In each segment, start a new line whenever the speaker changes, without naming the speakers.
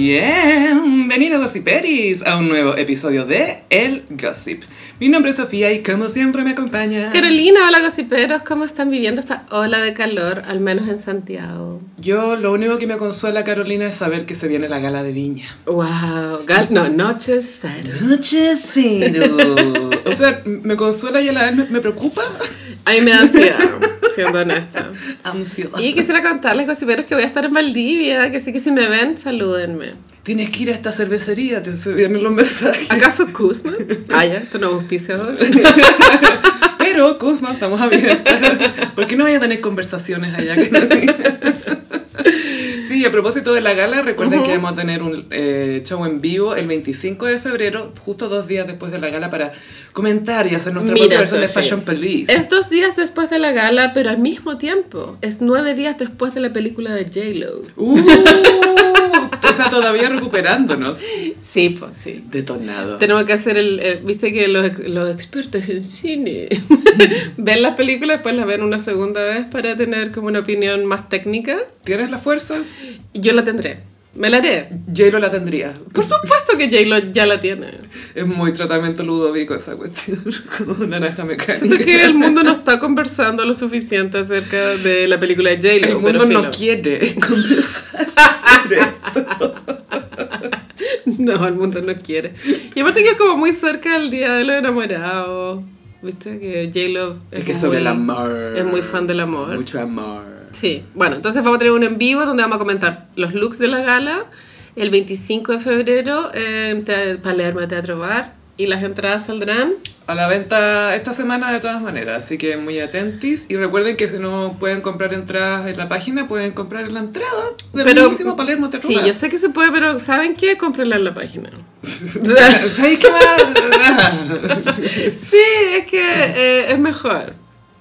Bienvenido Gossiperis a un nuevo episodio de El Gossip. Mi nombre es Sofía y como siempre me acompaña
Carolina, hola gossiperos, ¿cómo están viviendo esta ola de calor, al menos en Santiago?
Yo lo único que me consuela Carolina es saber que se viene la gala de viña.
Wow, gal no, noches cero.
Noche cero. o sea, me consuela y a la vez me, me preocupa.
A mí me da ansiedad, siendo honesta.
Ansiosa.
Y quisiera contarles, gossiperos, que voy a estar en Valdivia, que sí que si me ven, salúdenme.
Tienes que ir a esta cervecería, te vienen los mensajes.
¿Acaso Kuzma? Ah, ya, esto no es auspiciador.
Pero, Kuzma, estamos abiertas. ¿Por qué no vaya a tener conversaciones allá? Carolina? Sí, a propósito de la gala, recuerden que vamos a tener un eh, show en vivo el 25 de febrero, justo dos días después de la gala, para comentar y hacer nuestra
Mira,
propia versión de
Sofía.
Fashion Police.
Es dos días después de la gala, pero al mismo tiempo es nueve días después de la película de J-Lo.
Uh, o sea, todavía recuperándonos.
Sí, pues sí.
Detonado.
Tenemos que hacer el, el- viste que los, ex- los expertos en cine ven las películas, después las ven una segunda vez para tener como una opinión más técnica.
¿Tienes la fuerza?
Y yo la tendré, me la haré.
J-Lo la tendría.
Por supuesto que J-Lo ya la tiene.
Es muy tratamiento ludovico esa cuestión. Como naranja
Siento
mecánica.
que el mundo no está conversando lo suficiente acerca de la película de J-Lo.
El
pero
mundo
filo.
no quiere conversar sobre
No, el mundo no quiere. Y aparte que es como muy cerca del día de los enamorados. ¿Viste? Que J-Lo
Es, que sobre el amor.
es muy fan del amor.
Mucho amor.
Sí, bueno, entonces vamos a tener un en vivo donde vamos a comentar los looks de la gala el 25 de febrero en Te- Palermo Teatro Bar y las entradas saldrán.
A la venta esta semana de todas maneras, así que muy atentis. Y recuerden que si no pueden comprar entradas en la página, pueden comprar en la entrada del mismísimo Palermo Teatro
Sí,
Bar.
yo sé que se puede, pero ¿saben qué? Cómprenla en la página.
¿Sabes qué más?
sí, es que eh, es mejor.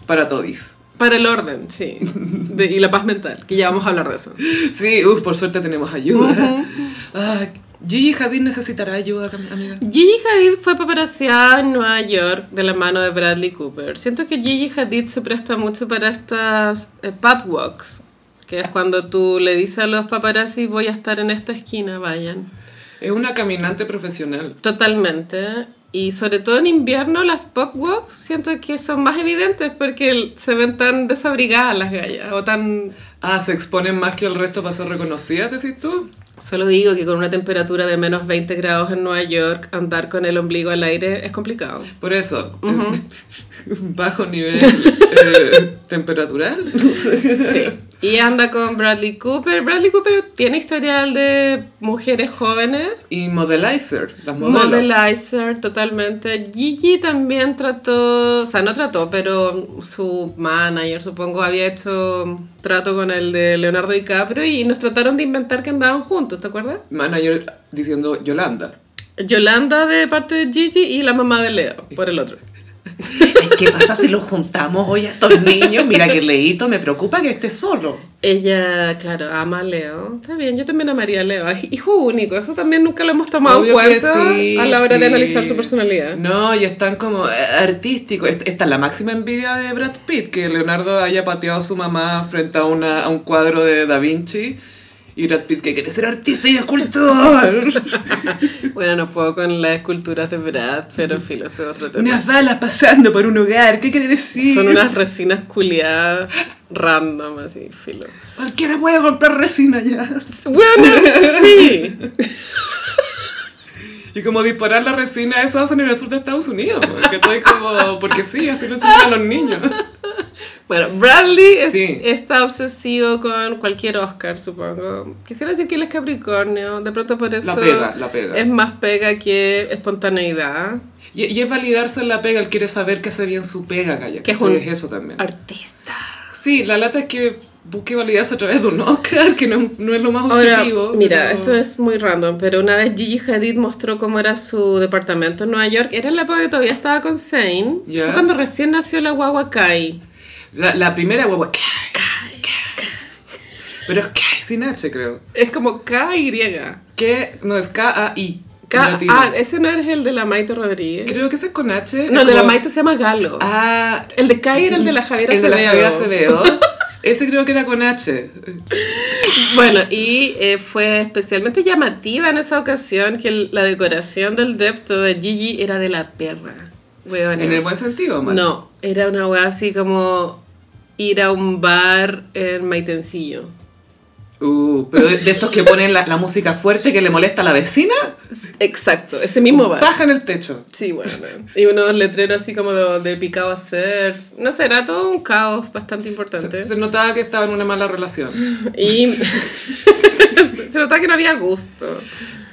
Para todis.
Para el orden, sí. De- y la paz mental, que ya vamos a hablar de eso.
Sí, uff, por suerte tenemos ayuda. Ah, Gigi Hadid necesitará ayuda, cam- amiga.
Gigi Hadid fue paparazziada en Nueva York de la mano de Bradley Cooper. Siento que Gigi Hadid se presta mucho para estas eh, pub walks, que es cuando tú le dices a los paparazzi voy a estar en esta esquina, vayan.
Es una caminante profesional.
Totalmente. Y sobre todo en invierno las pop walks siento que son más evidentes porque el- se ven tan desabrigadas las gallas o tan...
Ah, se exponen más que el resto para ser reconocidas, decís tú.
Solo digo que con una temperatura de menos 20 grados en Nueva York andar con el ombligo al aire es complicado.
Por eso, bajo nivel eh, temperatural.
Sí. Y anda con Bradley Cooper. Bradley Cooper tiene historial de mujeres jóvenes.
Y modelizer, las modelos.
Modelizer, totalmente. Gigi también trató, o sea, no trató, pero su manager, supongo, había hecho trato con el de Leonardo DiCaprio y nos trataron de inventar que andaban juntos, ¿te acuerdas?
Manager diciendo Yolanda.
Yolanda de parte de Gigi y la mamá de Leo, por el otro.
¿Qué pasa si los juntamos hoy a estos niños? Mira que leíto, me preocupa que esté solo.
Ella, claro, ama a Leo. Está bien, yo también amaría a Leo. Es hijo único, eso también nunca lo hemos tomado en
Obvio que
cuenta
sí,
a la hora
sí.
de analizar su personalidad.
No, y están como eh, artísticos. Est- Esta es la máxima envidia de Brad Pitt, que Leonardo haya pateado a su mamá frente a, una, a un cuadro de Da Vinci. Y Brad Pitt que quiere ser artista y escultor.
Bueno, no puedo con las esculturas de Brad, pero filo, eso es otro tema.
Unas balas pasando por un hogar, ¿qué quiere decir?
Son unas resinas culiadas random, así, filo.
Cualquiera puede comprar resina ya.
Bueno, sí.
Y como disparar la resina, eso hacen en el sur de Estados Unidos. Que estoy como, porque sí, así lo enseñan a los niños.
Bueno, Bradley es-
Sí.
está obsesivo con cualquier Oscar, supongo. Quisiera decir que él es Capricornio, de pronto por eso
pega, la pega.
es más pega que espontaneidad.
Y, y es validarse en la pega, él quiere saber que hace bien su pega, Gaya.
Que
Que
es
es,
un-
eso también.
Artista.
Sí, la lata es que busque validarse a través de un Oscar, que no, no es lo más
Ahora,
objetivo.
mira,
pero-
esto es muy random, pero una vez Gigi Hadid mostró cómo era su departamento en Nueva York, era en la época que todavía estaba con Zayn,
Ya.
fue cuando recién nació la guagua Kai.
La, la primera guagua. Pero es K sin H, creo.
Es como K-Y.
Que no es K-A-I.
K
latino.
ah, ese no es el de la Maite Rodríguez.
Creo que ese es con H.
no,
es
el de la
como-
Maite se llama Galo.
Ah,
el de Kai era el de la Javiera
el de la
Acevedo.
Javiera Acevedo. ¿oh? Ese creo que era con H.
Bueno, y eh, fue especialmente llamativa en esa ocasión que el- la decoración del depto de Gigi era de la perra. Weona.
En el buen sentido, man.
No, era una weá así como ir a un bar en Maitencillo.
Uh, pero de de estos que ponen la, la música fuerte que le molesta a la vecina,
Exacto, ese mismo bar.
baja en el techo.
Sí, bueno. no. Y unos letreros así como de, de picado a surf. No sé, era todo un caos bastante importante.
Se, se notaba que estaba en una mala relación.
Y se notaba que no había gusto.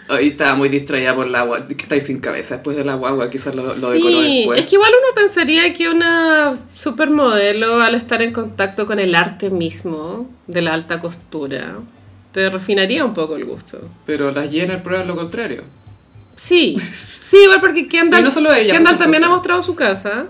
Ahí estaba muy distraída por la guagua, que estáis sin cabeza después de la guagua, quizás lo, lo decoró
Sí,
después.
es que igual uno pensaría que una supermodelo al estar en contacto con el arte mismo de la alta costura te refinaría un poco el gusto.
Pero las Jenner prueban lo contrario.
Sí, sí, igual porque Kendall,
Y no solo ella,
Kendall
por
también ha
supuesto.
mostrado su casa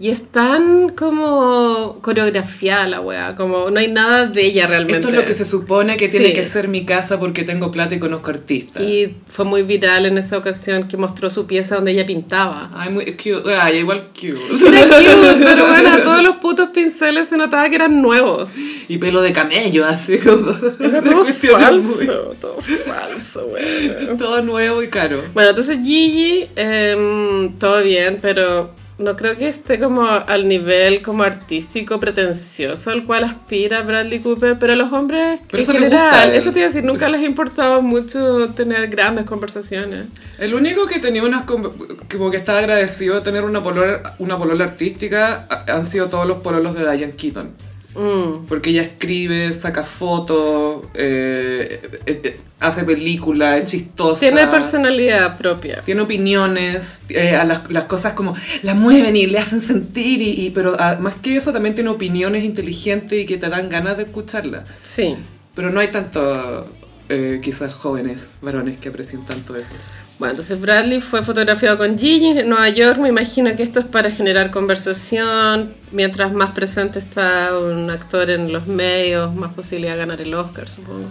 y es tan como coreografiada la wea, como no hay nada de ella realmente.
Esto es lo que se supone que tiene
Sí.
que ser mi casa porque tengo plata y conozco artistas.
y fue muy viral en esa ocasión que mostró su pieza donde ella pintaba.
Ay, muy cute. Ay, igual cute.
Era cute, pero bueno, todos los putos pinceles se notaba que eran nuevos.
Y pelo de camello, así como.
Era
de
todo
cuestiones muy-
falso, todo falso, weón.
Todo nuevo y caro.
Bueno, entonces Gigi, em, todo bien, pero no creo que esté como al nivel como artístico pretencioso al cual aspira Bradley Cooper, pero a los hombres
Pero
en
eso les gusta a
general,
él.
eso te iba a decir, nunca les ha importado mucho tener grandes conversaciones.
El único que tenía unas. con- Como que estaba agradecido de tener una polola, una polola artística a- han sido todos los pololos de Diane Keaton.
Mm,
Porque ella escribe, saca fotos, eh, eh, eh, hace películas, es chistosa.
Tiene personalidad propia.
Tiene opiniones, eh, a las, las cosas como la mueven y le hacen sentir, y, y- pero ah, más que eso también tiene opiniones inteligentes y que te dan ganas de escucharla.
Sí.
Pero no hay tantos, eh, quizás jóvenes varones que aprecien tanto eso.
Bueno, entonces Bradley fue fotografiado con Gigi en Nueva York. Me imagino que esto es para generar conversación. Mientras más presente está un actor en los medios, más posibilidad de ganar el Oscar, supongo.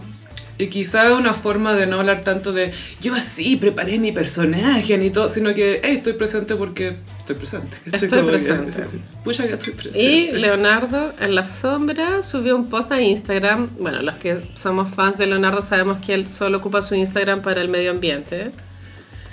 Y quizás una forma de no hablar tanto de yo así preparé mi personaje ni todo, sino que "Hey, estoy presente porque estoy presente.
Estoy
Como que-
presente.
Pucha que estoy presente.
Y Leonardo en la sombra subió un post a Instagram. Bueno, los que somos fans de Leonardo sabemos que él solo ocupa su Instagram para el medio ambiente.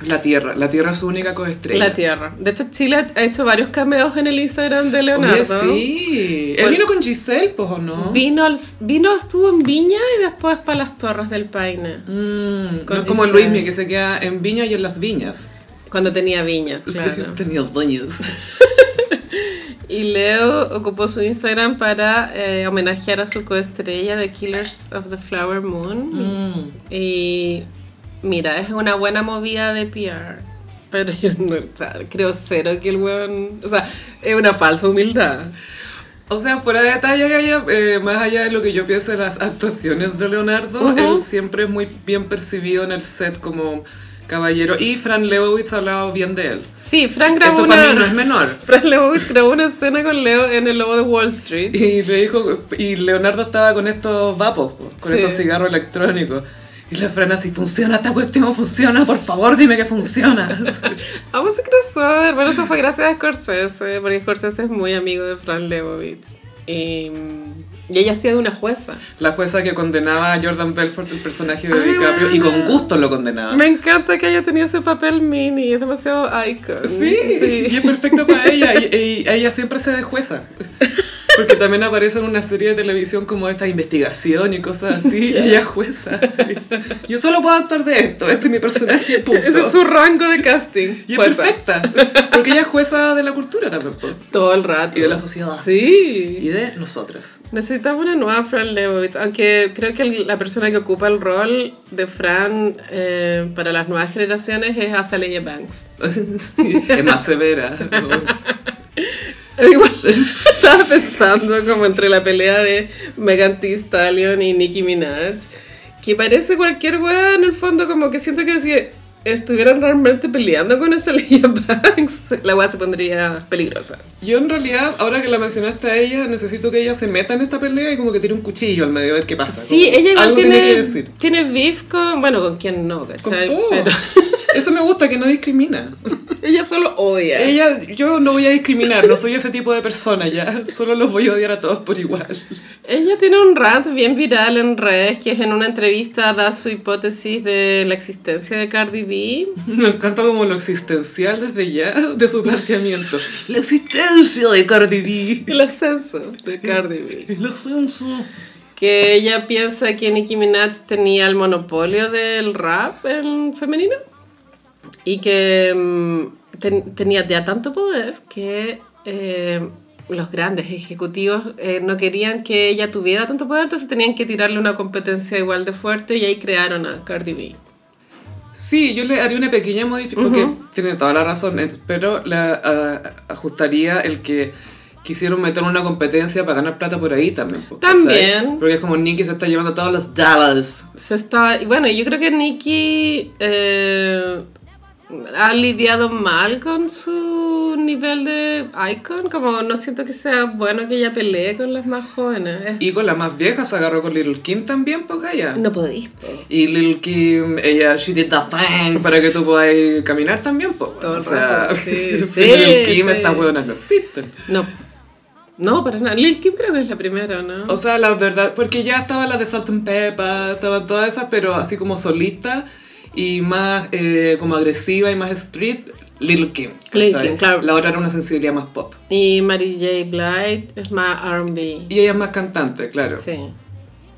La Tierra, la Tierra es su única coestrella.
La tierra. De hecho, Chile ha hecho varios cameos en el Instagram de Leonardo.
Oye, sí. Él
Bueno.
vino con Giselle, pues, ¿o no?
Vino, al- vino, estuvo en Viña y después para las Torres del Paine.
Mm,
Con
no es como
Giselle.
Luismi que se queda en Viña y en las viñas.
Cuando tenía viñas, claro.
Tenía viñas.
Y Leo ocupó su Instagram para eh, homenajear a su coestrella de Killers of the Flower Moon.
Mm.
Y mira, es una buena movida de PR. Pero yo no o sea, creo cero que el weón. O sea, es una falsa humildad.
O sea, fuera de detalle, Gaya, eh, más allá de lo que yo pienso de las actuaciones de Leonardo,
Ujú.
él siempre es muy bien percibido en el set como caballero. Y Fran Lebowitz ha hablado bien de él.
Sí, Frank grabó
Eso para mí no es
una.
menor.
Frank Lebowitz grabó una escena con Leo en el lobo de Wall Street.
Y le dijo, y Leonardo estaba con estos vapos, po, con
Sí.
estos cigarros electrónicos. Y la Fran así, funciona esta cuestión, funciona, por favor, dime que funciona.
Vamos a crossover. Bueno, eso fue gracias a Scorsese, porque Scorsese es muy amigo de Fran Lebowitz. Y, Em, y ella hacía de una jueza.
La jueza que condenaba a Jordan Belfort, el personaje de
Ay,
DiCaprio, y
buena.
con gusto lo condenaba.
Me encanta que haya tenido ese papel mini, es demasiado icon.
Sí, y es perfecto para ella. Y, y ella siempre se ve jueza. Porque también aparece en una serie de televisión como esta investigación y cosas así. y ella es jueza. Yo solo puedo actuar de esto. Este es mi personaje. Punto.
Ese es su rango de casting.
y es
Jueza.
perfecta. Porque ella es jueza de la cultura también. po,
Todo el rato.
Y de la sociedad.
Sí.
Y de nosotras.
Necesitamos una nueva Fran Lebowitz, aunque creo que el- la persona que ocupa el rol de Fran eh, para las nuevas generaciones es Azalea Banks.
es más severa.
Igual estaba pensando como entre la pelea de Megan Thee Stallion y Nicki Minaj, que parece cualquier weá en el fondo, como que siento que si estuvieran realmente peleando con esa Leia Banks, la weá se pondría peligrosa.
Yo en realidad, ahora que la mencionaste a ella, necesito que ella se meta en esta pelea y como que tire un cuchillo al medio a ver qué pasa.
Sí,
como,
ella igual
algo que
tiene,
decir.
tiene beef con, bueno, con quien no,
Con
¿cachai?
todo.
Pero-
Eso me gusta, que no discrimina.
Ella solo odia.
Ella, yo no voy a discriminar, no soy ese tipo de persona ya. Solo los voy a odiar a todos por igual.
Ella tiene un rant bien viral en redes que es en una entrevista da su hipótesis de la existencia de Cardi B.
Me encanta como lo existencial desde ya de su planteamiento. La existencia de Cardi B.
El ascenso de Cardi B.
El ascenso.
Que ella piensa que Nicki Minaj tenía el monopolio del rap en femenino y que mm, ten- tenía ya tanto poder que eh, los grandes ejecutivos eh, no querían que ella tuviera tanto poder, entonces tenían que tirarle una competencia igual de fuerte y ahí crearon a Cardi B.
Sí, yo le haría una pequeña modificación, porque tiene toda la razón, eh, pero la ah, ajustaría el que quisieron meter una competencia para ganar plata por ahí también. po, ¿cachai?
También.
Porque es como Nicki se está llevando todos los dollars.
Se está, y bueno, yo creo que Nicki eh, ha lidiado mal con su nivel de icon, como no siento que sea bueno que ella pelee con las más jóvenes. Es-
Y con la más vieja se agarró con Little Kim también, pues Gaia.
no podéis. po.
Y Lil Kim, ella, she did the thing para que tú puedas caminar también, po.
Todo el
o sea,
rato, sí,
sin
sí,
Lil Kim,
sí.
estas hueonas no existen.
No. No, para nada. Lil Kim creo que es la primera, ¿no?
O sea, la verdad, porque ya estaba la de Salt and Pepper, estaban todas esas, pero así como solista y más eh, como agresiva y más street, Lil Kim.
Lil
¿cachai?
Kim, claro.
La otra era una sensibilidad más pop.
Y Mary J. Blight es más R&B.
Y ella es más cantante, claro.
Sí.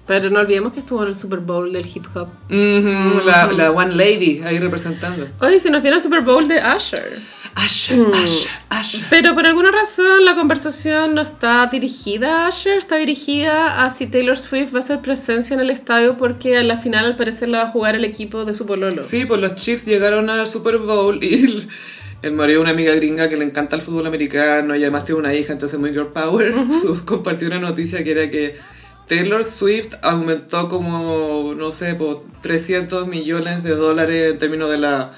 Pero no olvidemos que estuvo en el Super Bowl del hip hop.
Ujú, la, la One Lady ahí representando.
Hoy se nos viene el Super Bowl de Usher.
Asher, Asher, Asher.
Pero por alguna razón la conversación no está dirigida a Usher, está dirigida a si Taylor Swift va a hacer presencia en el estadio porque a la final al parecer la va a jugar el equipo de su pololo.
Sí, pues los Chiefs llegaron al Super Bowl y el, el marido de una amiga gringa que le encanta el fútbol americano y además tiene una hija, entonces muy girl power, su- compartió una noticia que era que Taylor Swift aumentó como, no sé, por 300 millones de dólares en términos de la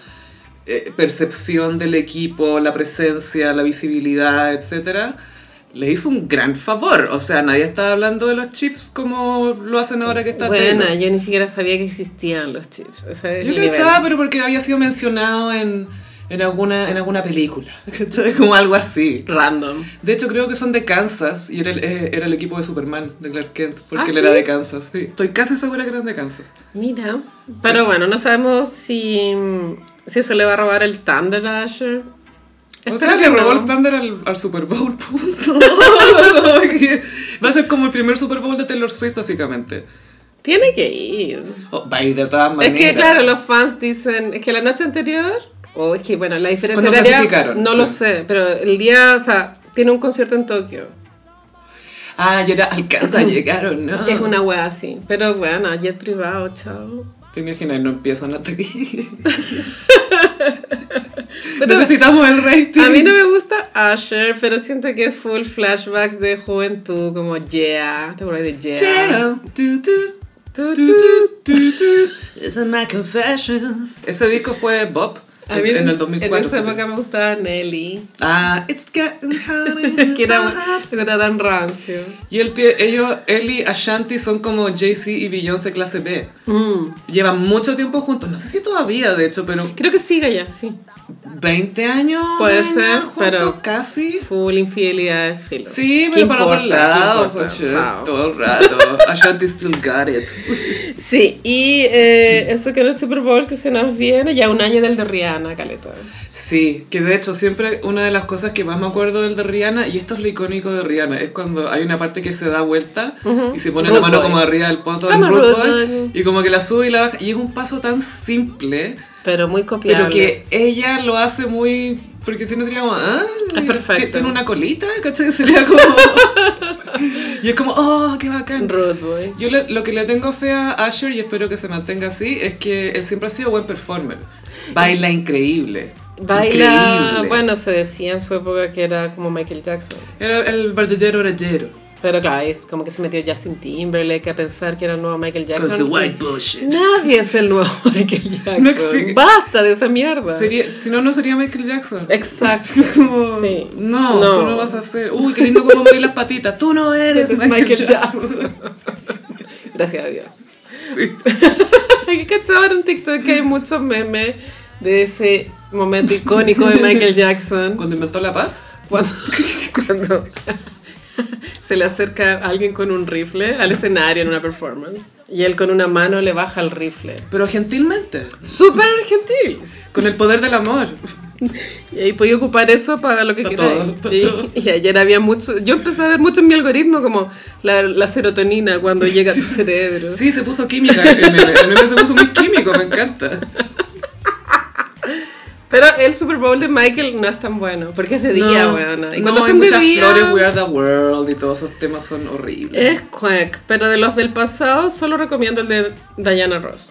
eh, percepción del equipo, la presencia, la visibilidad, etcétera, Le hizo un gran favor, o sea, nadie está hablando de los chips como lo hacen ahora que está Taylor.
Buena, yo ni siquiera sabía que existían los chips. Ese es
Yo
el nivel.
cachaba, pero porque había sido mencionado en, en, alguna, en alguna película, ¿cachai? Como algo así.
Random.
De hecho, creo que son de Kansas y era el, eh, era el equipo de Superman, de Clark Kent, porque
¿Ah,
él
sí?
era de Kansas. sí. Estoy casi segura que eran de Kansas.
Mira. Pero bueno, no sabemos si, si eso le va a robar el Thunder a Usher.
O
Espero
sea,
que
le robó
no.
el Thunder al, al Super Bowl, punto. Va a ser como el primer Super Bowl de Taylor Swift, básicamente.
Tiene que ir.
Oh, va a ir de todas
Es
maneras.
que claro, los fans dicen, es que la noche anterior, o es que bueno, la diferencia
Cuando
horaria,
clasificaron,
no
sí.
lo sé, pero el día, o sea, tiene un concierto en Tokio.
Ah, ya era, alcanza, llegaron, ¿no?
Es una wea así, pero bueno, jet privado, chao.
Te imaginas, no empiezan hasta aquí. Necesitamos el rating.
Pues A mí no me gusta Usher, pero siento que es full flashbacks de juventud, como yeah, ¿te acuerdas de yeah? Tu, tu.
Ese disco fue Bob
A mí
en, en el 2004.
En esa época me gustaba Nelly,
Ah, it's gotten hotter
que era,
inside.
que era tan rancio.
Y el tío- ellos, él y Ashanti son como Jay-Z y Beyoncé clase B.
Mm.
Llevan mucho tiempo juntos. No sé si todavía, de hecho, pero
Creo que sigue ya, sí.
20 años.
Puede
de
ser,
andar juntos
pero-
Casi.
Full infidelidad de filo.
Sí,
¿Qué
pero para otro
importa? ¿Qué
lado.
importa?
pues, shit,
Chao.
todo el rato. Ashanti still got it.
Sí, y eh, eso que era el Super Bowl que se nos viene, ya un año del de Rihanna, Caleta.
Sí, que de hecho siempre una de las cosas que más me acuerdo del de Rihanna, y esto es lo icónico de Rihanna, es cuando hay una parte que se da vuelta y se pone la
Rude
mano
boy.
como arriba del poto
I'm
en
a
Rude
rude
Boy,
boy.
y como que la sube y la baja, y es un paso tan simple,
Pero muy
pero
copiable.
que ella lo hace muy... Porque si no sería como, ah,
Es perfecto.
que tiene una colita, ¿cachai? Sería como... y es como, oh, qué bacán.
Rude Boy.
Yo le- lo que le tengo fe a Asher, y espero que se mantenga así, es que él siempre ha sido buen performer. Baila increíble.
Baila,
Increíble.
bueno, se decía en su época que era como Michael Jackson.
Era el verdadero orellero.
Pero claro, es como que se metió Justin Timberlake a pensar que era el nuevo Michael
Con
Jackson.
su white bullshit.
Nadie es el nuevo Michael Jackson.
existe.
Basta de esa mierda.
Sería- si no, no sería Michael Jackson.
Exacto.
Como,
Sí.
No,
No.
tú no vas a ser. Uy, qué lindo cómo moví las patitas. Tú no eres
Eres
Michael,
Michael
Jackson.
Gracias a Dios. Hay que cachar en TikTok que hay muchos memes de ese momento icónico de Michael Jackson.
Cuando inventó La Paz.
Cuando, cuando se le acerca alguien con un rifle al escenario en una performance. Y él con una mano le baja el rifle.
Pero gentilmente.
¡Súper gentil!
Con el poder del amor.
Y ahí podía ocupar eso para lo que
Pa'
queráis.
todo, pa'
y,
todo.
y ayer había mucho. Yo empecé a ver mucho en mi algoritmo como la, la serotonina cuando llega a tu cerebro.
Sí, se puso química el meme. El meme se puso muy químico, me encanta.
Pero el Super Bowl de Michael no es tan bueno, porque es de día, weona. Y
no,
cuando
hay
son de
muchas
día,
flores, We Are The World y todos esos temas son horribles.
es cuac. Pero de los del pasado, solo recomiendo el de Diana Ross.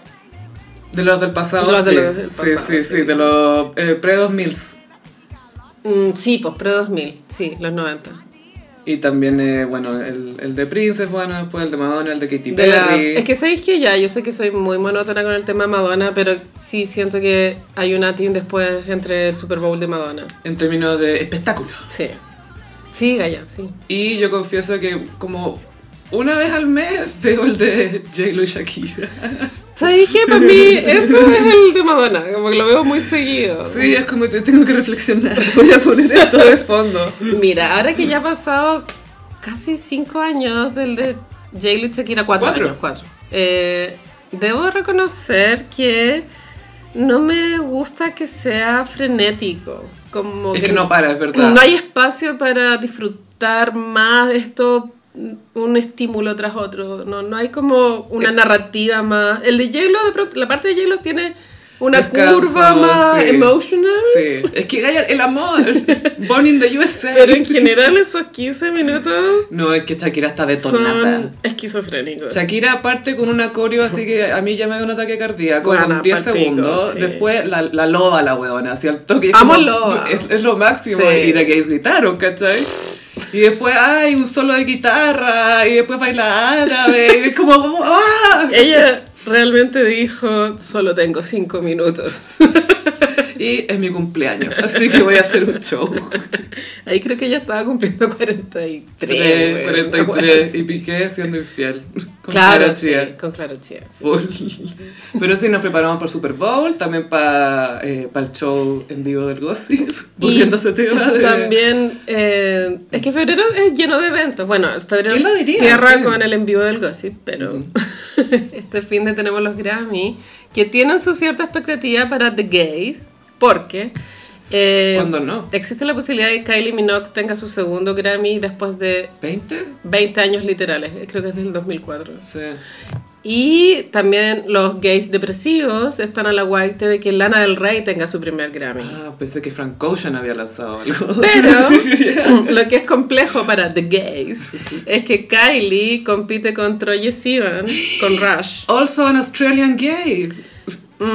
De los del pasado,
De los
sí.
del- del pasado,
sí, sí,
sí.
sí, de los eh, pre-2000s.
Mm, sí, pues pre-2000, sí, los 90.
Y también, eh, bueno, el, el de Prince es bueno, después el de Madonna, el de Katy
De la-
Perry.
es que sabéis que ya, yo sé que soy muy monótona con el tema de Madonna, pero sí siento que hay una team después entre el Super Bowl de Madonna.
En términos de espectáculo.
Sí. Sí, Gaya, sí.
Y yo confieso que como una vez al mes veo el de J-Lo y Shakira.
¿Sabéis que para mí eso es el de Madonna? Como que lo veo muy seguido.
Sí, es como que tengo que reflexionar. Voy a poner esto de fondo.
Mira, ahora que ya ha pasado casi cinco años del de J. Lo y Shakira, cuatro.
¿Cuatro?
años, cuatro. Eh, debo reconocer que no me gusta que sea frenético. Como
Es que no para, es verdad.
No hay espacio para disfrutar más de esto, mm, un estímulo tras otro. No, no hay como
Eh.
una narrativa más. El de J-Lo, de pronto, la parte de J-Lo tiene una
Descanso,
curva más
sí.
emotional.
Sí. Es que Gaia, el amor. Born in the USA.
Pero en general esos 15 minutos
No, es que Shakira está detonada.
son esquizofrénicos.
Shakira parte con un acorio, así que a mí ya me dio un ataque cardíaco
Guana,
con 10
palpico,
segundos.
sí.
Después la, la loba la huevona, así al toque. Es
Amo
como-
loba.
Es, es lo máximo.
Sí.
Y de que gritaron, ¿cachai? Y después, ay, un solo de guitarra. Y después baila árabe. Y es como, ¡ah!
Ella realmente dijo, solo tengo 5 minutos.
Y es mi cumpleaños, así que voy a hacer un show.
Ahí creo que ella estaba cumpliendo 43.
Tres,
güey, una hueá
43.
así.
Y piqué siendo infiel. Con
Claro,
Clara
sí,
Chía.
con Clara Chía. sí.
Bowl. Pero sí, nos preparamos para el Super Bowl, también para el show en vivo del Gossip. Volviendo a ese tema de-
También, eh, es que febrero es lleno de eventos. Bueno, febrero
¿Quién lo diría?
cierra
Sí.
con el envío del gossip, pero este fin de tenemos los Grammy, que tienen su cierta expectativa para The Gays, porque... eh,
¿Cuándo no?
Existe la posibilidad de que Kylie Minogue tenga su segundo Grammy después de
¿20?
20 años literales, eh, creo que es del 2004.
Sí.
Y también los gays depresivos están al aguante de que Lana del Rey tenga su primer Grammy.
Ah, pensé que Frank Ocean había lanzado algo.
Pero lo que es complejo para The Gays es que Kylie compite con Troye Sivan, con Rush.
Also an Australian gay.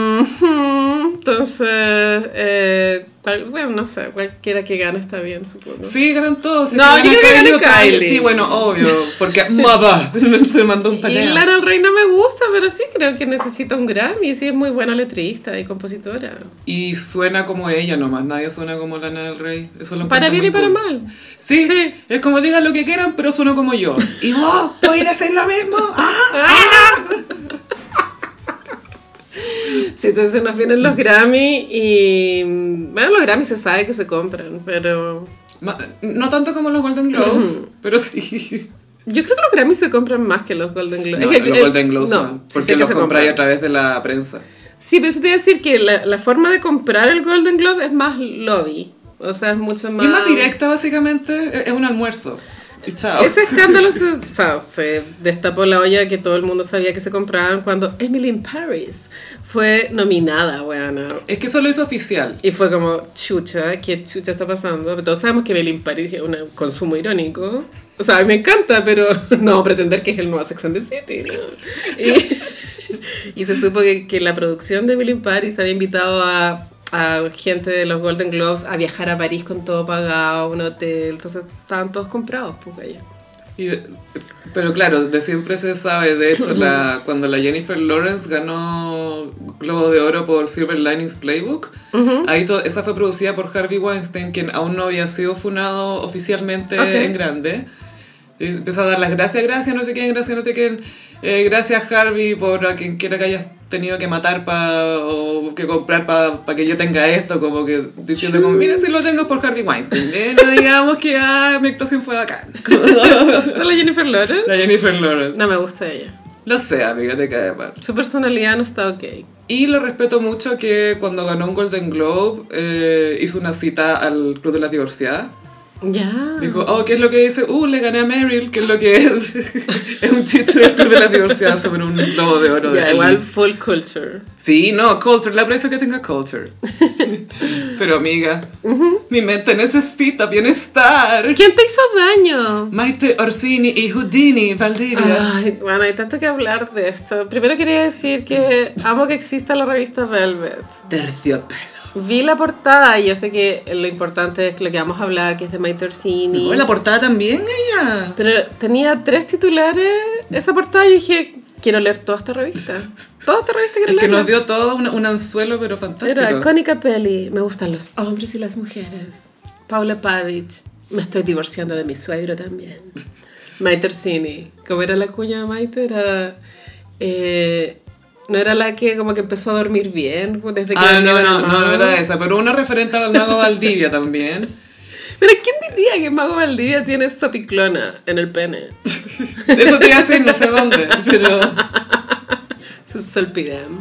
Mhm, Entonces, eh, cual- bueno, no sé, cualquiera que gane está bien, supongo.
Sí, ganan todos. Si
No,
ganan
yo creo que
Kylie
gana
o Kylie.
Kylie.
Sí, bueno, obvio. Porque Mother se mandó un
Y
panel.
Lana del Rey no me gusta, pero sí creo que necesita un Grammy. Sí, es muy buena letrista y compositora.
Y suena como ella nomás, nadie suena como Lana del Rey. Eso lo
Para
encuentro
bien
muy
y para
cool.
mal.
Sí,
Sí.
es como digan lo que quieran, pero sueno como yo. Y vos podéis hacer lo mismo. ¡Ah!
Sí, entonces nos vienen los Grammy y... Bueno, los Grammy se sabe que se compran, pero...
Ma- No tanto como los Golden Globes, pero sí.
Yo creo que los Grammy se compran más que los Golden Globes.
No,
Es que
los
el-
Golden Globes no,
sí
porque
sé que
los
se
compráis a
compran.
través de la prensa.
Sí, pero eso te iba a decir que la, la forma de comprar el Golden Globe es más lobby. O sea, es mucho
Y
más...
es más directa, básicamente, es- es un almuerzo. Y chao.
Ese escándalo se, o sea, se destapó la olla que todo el mundo sabía que se compraban cuando Emily in Paris fue nominada, weana.
Es que eso lo hizo oficial.
Y fue como, chucha, ¿qué chucha está pasando? Pero todos sabemos que Emily in Paris es un consumo irónico. O sea, a mí me encanta, pero no pretender que es el nuevo Sex and the City. ¿no? Y, y se supo que, que la producción de Emily in Paris había invitado a, a gente de los Golden Globes a viajar a París con todo pagado, un hotel. Entonces estaban todos comprados, pues, allá.
Y de- pero claro, de siempre se sabe, de hecho, la, cuando la Jennifer Lawrence ganó Globo de Oro por Silver Linings Playbook, ahí to- esa fue producida por Harvey Weinstein, quien aún no había sido funado oficialmente
Ok.
en grande. Y empezó a dar las gracias, gracias, no sé quién, gracias, no sé quién. Eh, gracias Harvey por a quien quiera que hayas tenido que matar para o que comprar para pa que yo tenga esto, como que diciendo como, mira si lo tengo por Harvey Weinstein, ¿eh? no digamos que ah, mi actuación fue acá.
¿Solo Jennifer Lawrence?
La Jennifer Lawrence.
No me gusta ella.
Lo sé, amiga, te cae mal.
Su personalidad no está ok.
Y lo respeto mucho que cuando ganó un Golden Globe eh, hizo una cita al Club de las Divorciadas.
Ya.
Dijo, oh, ¿qué es lo que dice? Uh, le gané a Meryl, ¿qué es lo que es? es un chiste del Club de las Divorciadas sobre un globo de oro.
Ya,
de
igual
Elvis.
full culture.
Sí, no, culture, le aprecio que tenga culture. Pero amiga, mi mente necesita bienestar.
¿Quién te hizo daño?
Maite Orsini y Houdini, Valdivia.
Ay, bueno, hay tanto que hablar de esto. Primero quería decir que amo que exista la revista Velvet.
Terciopelo.
Vi la portada y yo sé que lo importante es lo que vamos a hablar, que es de Maite Orsini.
No, la portada también, ella.
Pero tenía tres titulares esa portada y dije, quiero leer toda esta revista. Toda esta revista quiero
Es que
leerla.
nos dio todo un, un anzuelo, pero fantástico.
Era icónica peli. Me gustan los hombres y las mujeres. Paula Pavich. Me estoy divorciando de mi suegro también. Maite Orsini. Como era la cuña de Maite, era... eh, no era la que como que empezó a dormir bien desde que...
Ah,
la
no,
dieron
no, no,
a
no
Mago.
era esa, pero una referente al mago Valdivia también.
Pero ¿quién diría que Mago Valdivia tiene sopiclona en el pene?
Eso te iba a decir, no sé dónde, pero...
Su solpidem.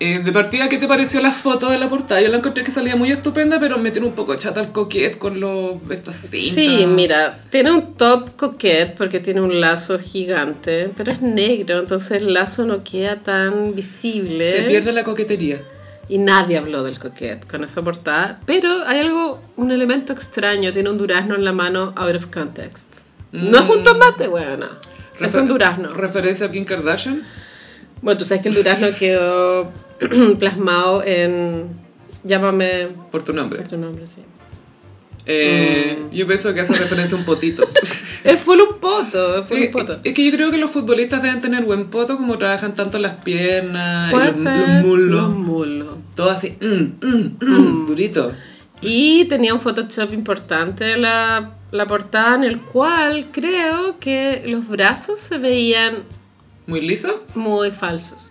Eh, de partida, ¿qué te pareció la foto de la portada? Yo la encontré que salía muy estupenda, pero me tiene un poco chata el coquet con los, estas cintas.
Sí, mira, tiene un top coquet porque tiene un lazo gigante, pero es negro, entonces el lazo no queda tan visible.
Se pierde la coquetería.
Y nadie habló del coquet con esa portada, pero hay algo, un elemento extraño, tiene un durazno en la mano out of context. No es
Mm.
un tomate, bueno, es
Refer-
un durazno.
¿Referencia a Kim Kardashian?
Bueno, tú sabes que el durazno quedó plasmado en... Llámame
Por tu nombre.
por tu nombre, sí.
Eh,
Mm.
Yo pienso que hace referencia a un potito.
Es full un poto, es full
Sí,
un poto.
Es que yo creo que los futbolistas deben tener buen poto, como trabajan tanto las piernas, y
Puede
los,
ser
los muslos,
Los muslos.
todo así, mm, mm, mm, durito.
Y tenía un Photoshop importante la, la portada en el cual creo que los brazos se veían
Muy liso.
muy falsos.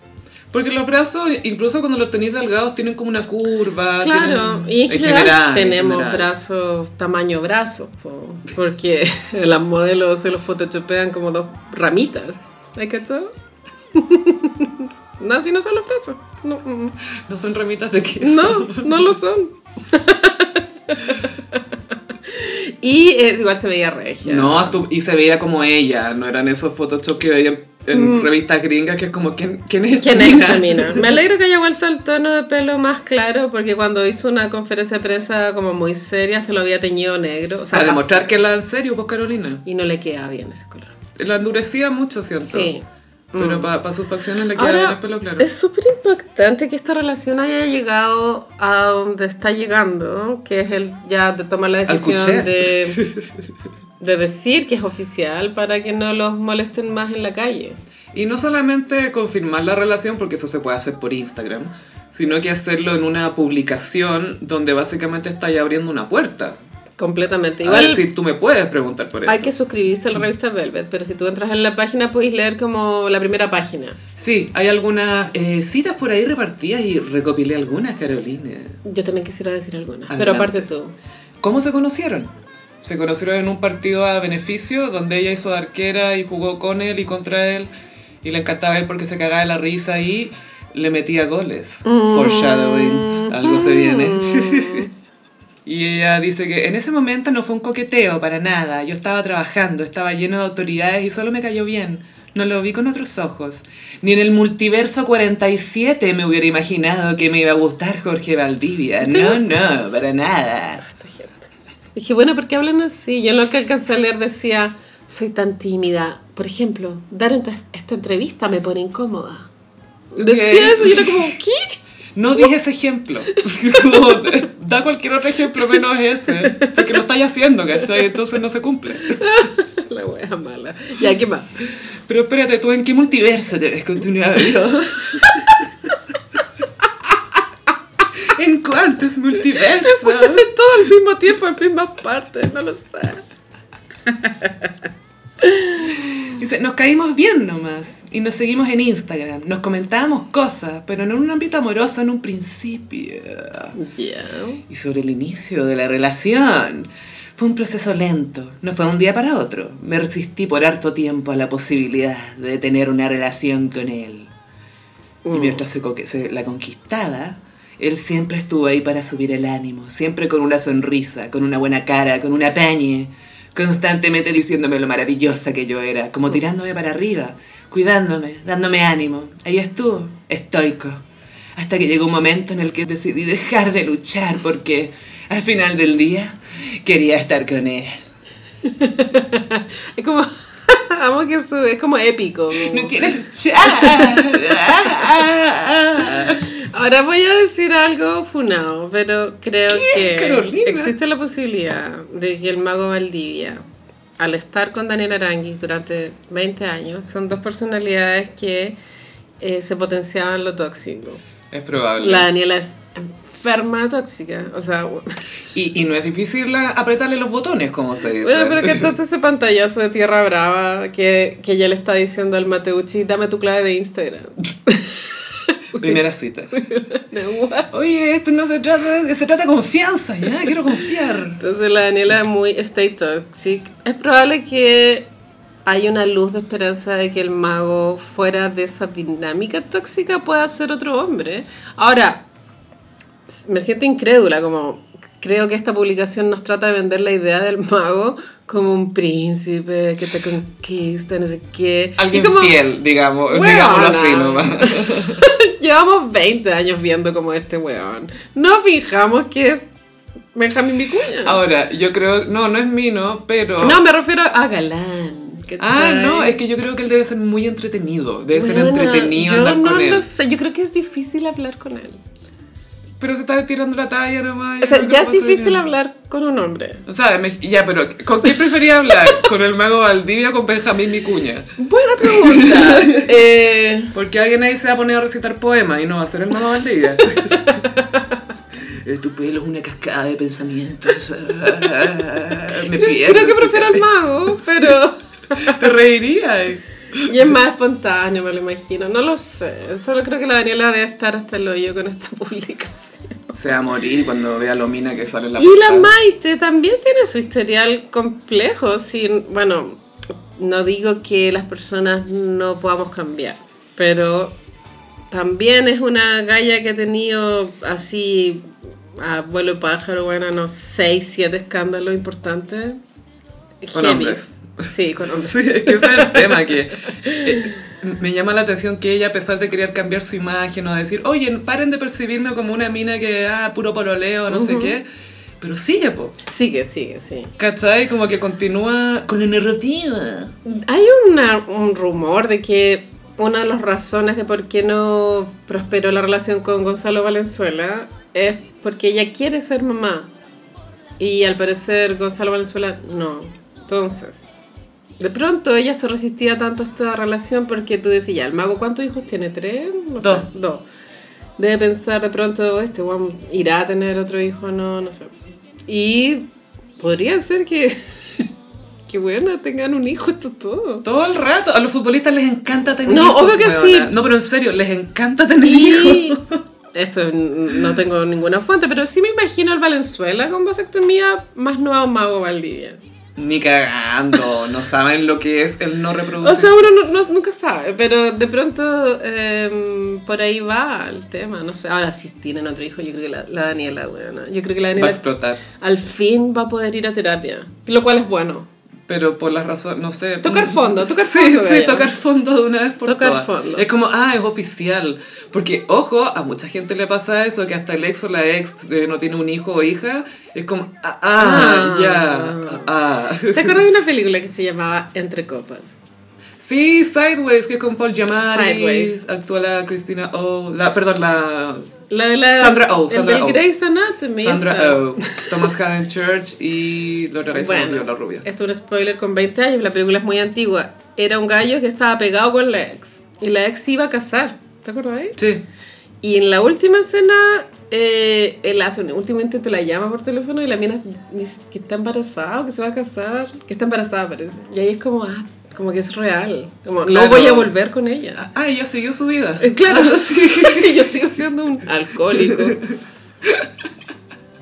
Porque los brazos, incluso cuando los tenéis delgados, tienen como una curva.
claro,
Ah, tienen-
y en general,
en
tenemos
general.
brazos, tamaño brazos, po, porque las modelos se los photoshopean como dos ramitas. ¿Hay cachado? no, así no son los brazos. No, mm, mm.
No son ramitas de queso.
No, no lo son. y eh, igual se veía regia.
No, tú- y se veía como ella, no eran esos photoshops que veían en revistas gringas que es como, ¿quién, quién es
Mm. ¿Quién
esta
es
mina?
esta mina? Me alegro que haya vuelto al tono de pelo más claro porque cuando hizo una conferencia de prensa como muy seria se lo había teñido negro. O sea,
Para demostrar que la en serio, pues Carolina.
Y no le quedaba bien ese color.
La endurecía mucho, siento.
Sí.
Pero para sus facciones le queda bien el
Mm. Ahora,
pelo claro.
es súper impactante que esta relación haya llegado a donde está llegando, que es el ya de tomar la decisión
cuché.
de, de decir que es oficial para que no los molesten más en la calle.
Y no solamente confirmar la relación, porque eso se puede hacer por Instagram, sino que hacerlo en una publicación donde básicamente está ya abriendo una puerta.
Completamente.
Igual
Igual
decir, tú me puedes preguntar por
hay
esto.
que suscribirse a la revista Velvet, pero si tú entras en la página podéis leer como la primera página.
Sí, hay algunas eh, citas por ahí repartidas y recopilé algunas, Carolina.
Yo también quisiera decir alguna,
Adelante.
pero aparte tú.
¿Cómo se conocieron? Se conocieron en un partido a beneficio donde ella hizo de arquera y jugó con él y contra él. Y le encantaba él porque se cagaba de la risa y le metía goles. Foreshadowing, algo se viene. y ella dice que en ese momento no fue un coqueteo para nada. Yo estaba trabajando, estaba lleno de autoridades y solo me cayó bien. No lo vi con otros ojos. Ni en el multiverso 47 me hubiera imaginado que me iba a gustar Jorge Valdivia. No, no, para nada.
Esta gente. Dije, bueno, ¿por qué hablan así? Yo lo que alcancé a leer decía, soy tan tímida. Por ejemplo, dar ent- esta entrevista me pone incómoda. Decía eso y era como, ¿qué?
No dije ese ejemplo. Como, da cualquier otro ejemplo menos ese. Porque lo estáis haciendo, ¿cachai? Entonces no se cumple.
La wea mala. Ya, ¿qué más?
Pero espérate, ¿tú en qué multiverso te ves continuado? ¿En cuántos multiversos?
Todo al mismo tiempo, en mismas partes, no lo sé.
Y Entonces nos caímos bien nomás y nos seguimos en Instagram. Nos comentábamos cosas, pero no en un ámbito amoroso en un principio.
Yeah.
Y sobre el inicio de la relación. Fue un proceso lento, no fue de un día para otro. Me resistí por harto tiempo a la posibilidad de tener una relación con él. Y mientras se, co- se la conquistaba, él siempre estuvo ahí para subir el ánimo, siempre con una sonrisa, con una buena cara, con una pañe, constantemente diciéndome lo maravillosa que yo era, como tirándome para arriba, cuidándome, dándome ánimo. Ahí estuvo, estoico. Hasta que llegó un momento en el que decidí dejar de luchar porque al final del día quería estar con él.
Es como. Amo que su- es como épico. como-
No quiero luchar. Ah, ah, ah.
Ahora voy a decir algo funado, pero creo
¿Qué,
que
Carolina?
existe la posibilidad de que el mago Valdivia, al estar con Daniel Aranguis durante 20 años, son dos personalidades que eh, se potenciaban lo tóxico.
Es probable.
La Daniela es enferma tóxica, o sea, bueno,
Y, y no es difícil la- apretarle los botones, como se dice.
pero que trata ese pantallazo de Tierra Brava que, que ella le está diciendo al Mateucci, dame tu clave de Instagram.
Primera cita.
What?
Oye, esto no se trata, de- se trata de confianza, ya, quiero confiar.
Entonces la Daniela es muy stay toxic. Es probable que hay una luz de esperanza de que el mago fuera de esa dinámica tóxica pueda ser otro hombre. Ahora, s- me siento incrédula, como creo que esta publicación nos trata de vender la idea del mago como un príncipe que te conquista, no sé qué.
Alguien
Y como,
fiel, digamos,
Huevona.
digámoslo así nomás.
Llevamos 20 años viendo como este weón. No fijamos que es Benjamín Vicuña.
Ahora, yo creo, no, no es Mino, pero...
No, me refiero a galán.
Ah, no, es que yo creo que él debe ser muy entretenido, debe ser entretenido
Yo
andar
no
con él.
lo sé, yo creo que es difícil hablar con él.
Pero se está tirando la talla nomás.
O
yo
sea,
creo
ya
que
es
pasa
difícil
bien.
hablar con un hombre.
O sea, me- ya, pero ¿con quién prefería hablar? ¿Con el mago Valdivia o con Benjamín Vicuña?
Buena pregunta. Eh,
Porque alguien ahí se va a poner a recitar poemas y no va a ser el mago Valdivia. Eh, tu pelo es una cascada de pensamientos. Ah, Me pierdo.
creo que prefiero al mago, pero.
Te reiría. eh.
Y es más espontáneo, me lo imagino. No lo sé. Solo creo que la Daniela debe estar hasta el hoyo con esta publicación.
Se va a morir cuando vea lo mina que sale en la
y la
portada.
Maite también tiene su historial complejo. sin- bueno, no digo que las personas no podamos cambiar, pero también es una galla que ha tenido así, a vuelo de pájaro, bueno, no, 6, 7 escándalos importantes.
Con
Heavies.
hombres.
Sí, con hombres.
Sí, es que ese es el tema que eh, me llama la atención que ella a pesar de querer cambiar su imagen o decir, oye, paren de percibirme como una mina que, ah, puro pololeo, no sé qué, pero sigue, po.
Sigue, sigue, sí.
¿Cachai? Como que continúa con la narrativa.
Hay una- un rumor de que una de las razones de por qué no prosperó la relación con Gonzalo Valenzuela es porque ella quiere ser mamá. Y al parecer Gonzalo Valenzuela no. Entonces, de pronto ella se resistía tanto a esta relación porque tú decías, ya, el mago, ¿cuántos hijos tiene? ¿Tres? No
Dos.
Sé, dos. Debe pensar de pronto, este guam irá a tener otro hijo, no, no sé. Y podría ser que, que bueno, tengan un hijo, esto es todo.
Todo el rato. A los futbolistas les encanta tener
No,
hijos.
obvio que
weona.
sí.
No, pero en serio, les encanta tener
Y
hijos.
esto n- no tengo ninguna fuente, pero sí me imagino al Valenzuela con vasectomía más no a un mago Valdivia.
Ni cagando. No saben lo que es el no reproducir.
O sea, uno no- no- nunca sabe, pero de pronto em, por ahí va el tema, no sé. Ahora si tienen otro hijo, yo creo que la, la Daniela, bueno, yo creo que la
va a
Daniela
explotar.
al fin va a poder ir a terapia, lo cual es bueno.
Pero por la razón, no sé. mm,
Tocar fondo, tocar
Sí,
fondo,
Sí,
Gaya.
tocar fondo de una vez por
Tocar
todas.
fondo.
Es como, ah, es oficial. Porque, ojo, a mucha gente le pasa eso, que hasta el ex o la ex eh, no tiene un hijo o hija. Es como, ah, ah,
Ah.
ya, ah, ah.
¿Te acuerdas de una película que se llamaba Entre Copas?
Sí, Sideways, que es con Paul Giamatti.
Sideways.
Actúa la Cristina Oh, la, perdón, la
La de la...
Sandra Oh,
el
Sandra
del
Oh.
Grey's Anatomy.
Sandra
esa.
Oh, Thomas Haden Church y la otra que se me olvidó, la rubia.
Esto es un spoiler con 20 años, la película es muy antigua. Era un gallo que estaba pegado con la ex. Y la ex se iba a casar, ¿te acordáis?
Sí,
Y en la última escena, eh, él hace un último intento, la llama por teléfono y la mina dice que está embarazada o que se va a casar. Que está embarazada, parece. Y ahí es como, ah, Como que es real. Como,
Claro.
No voy a volver con ella.
Ah, ella siguió su vida.
Eh, Claro, yo sigo siendo un alcohólico.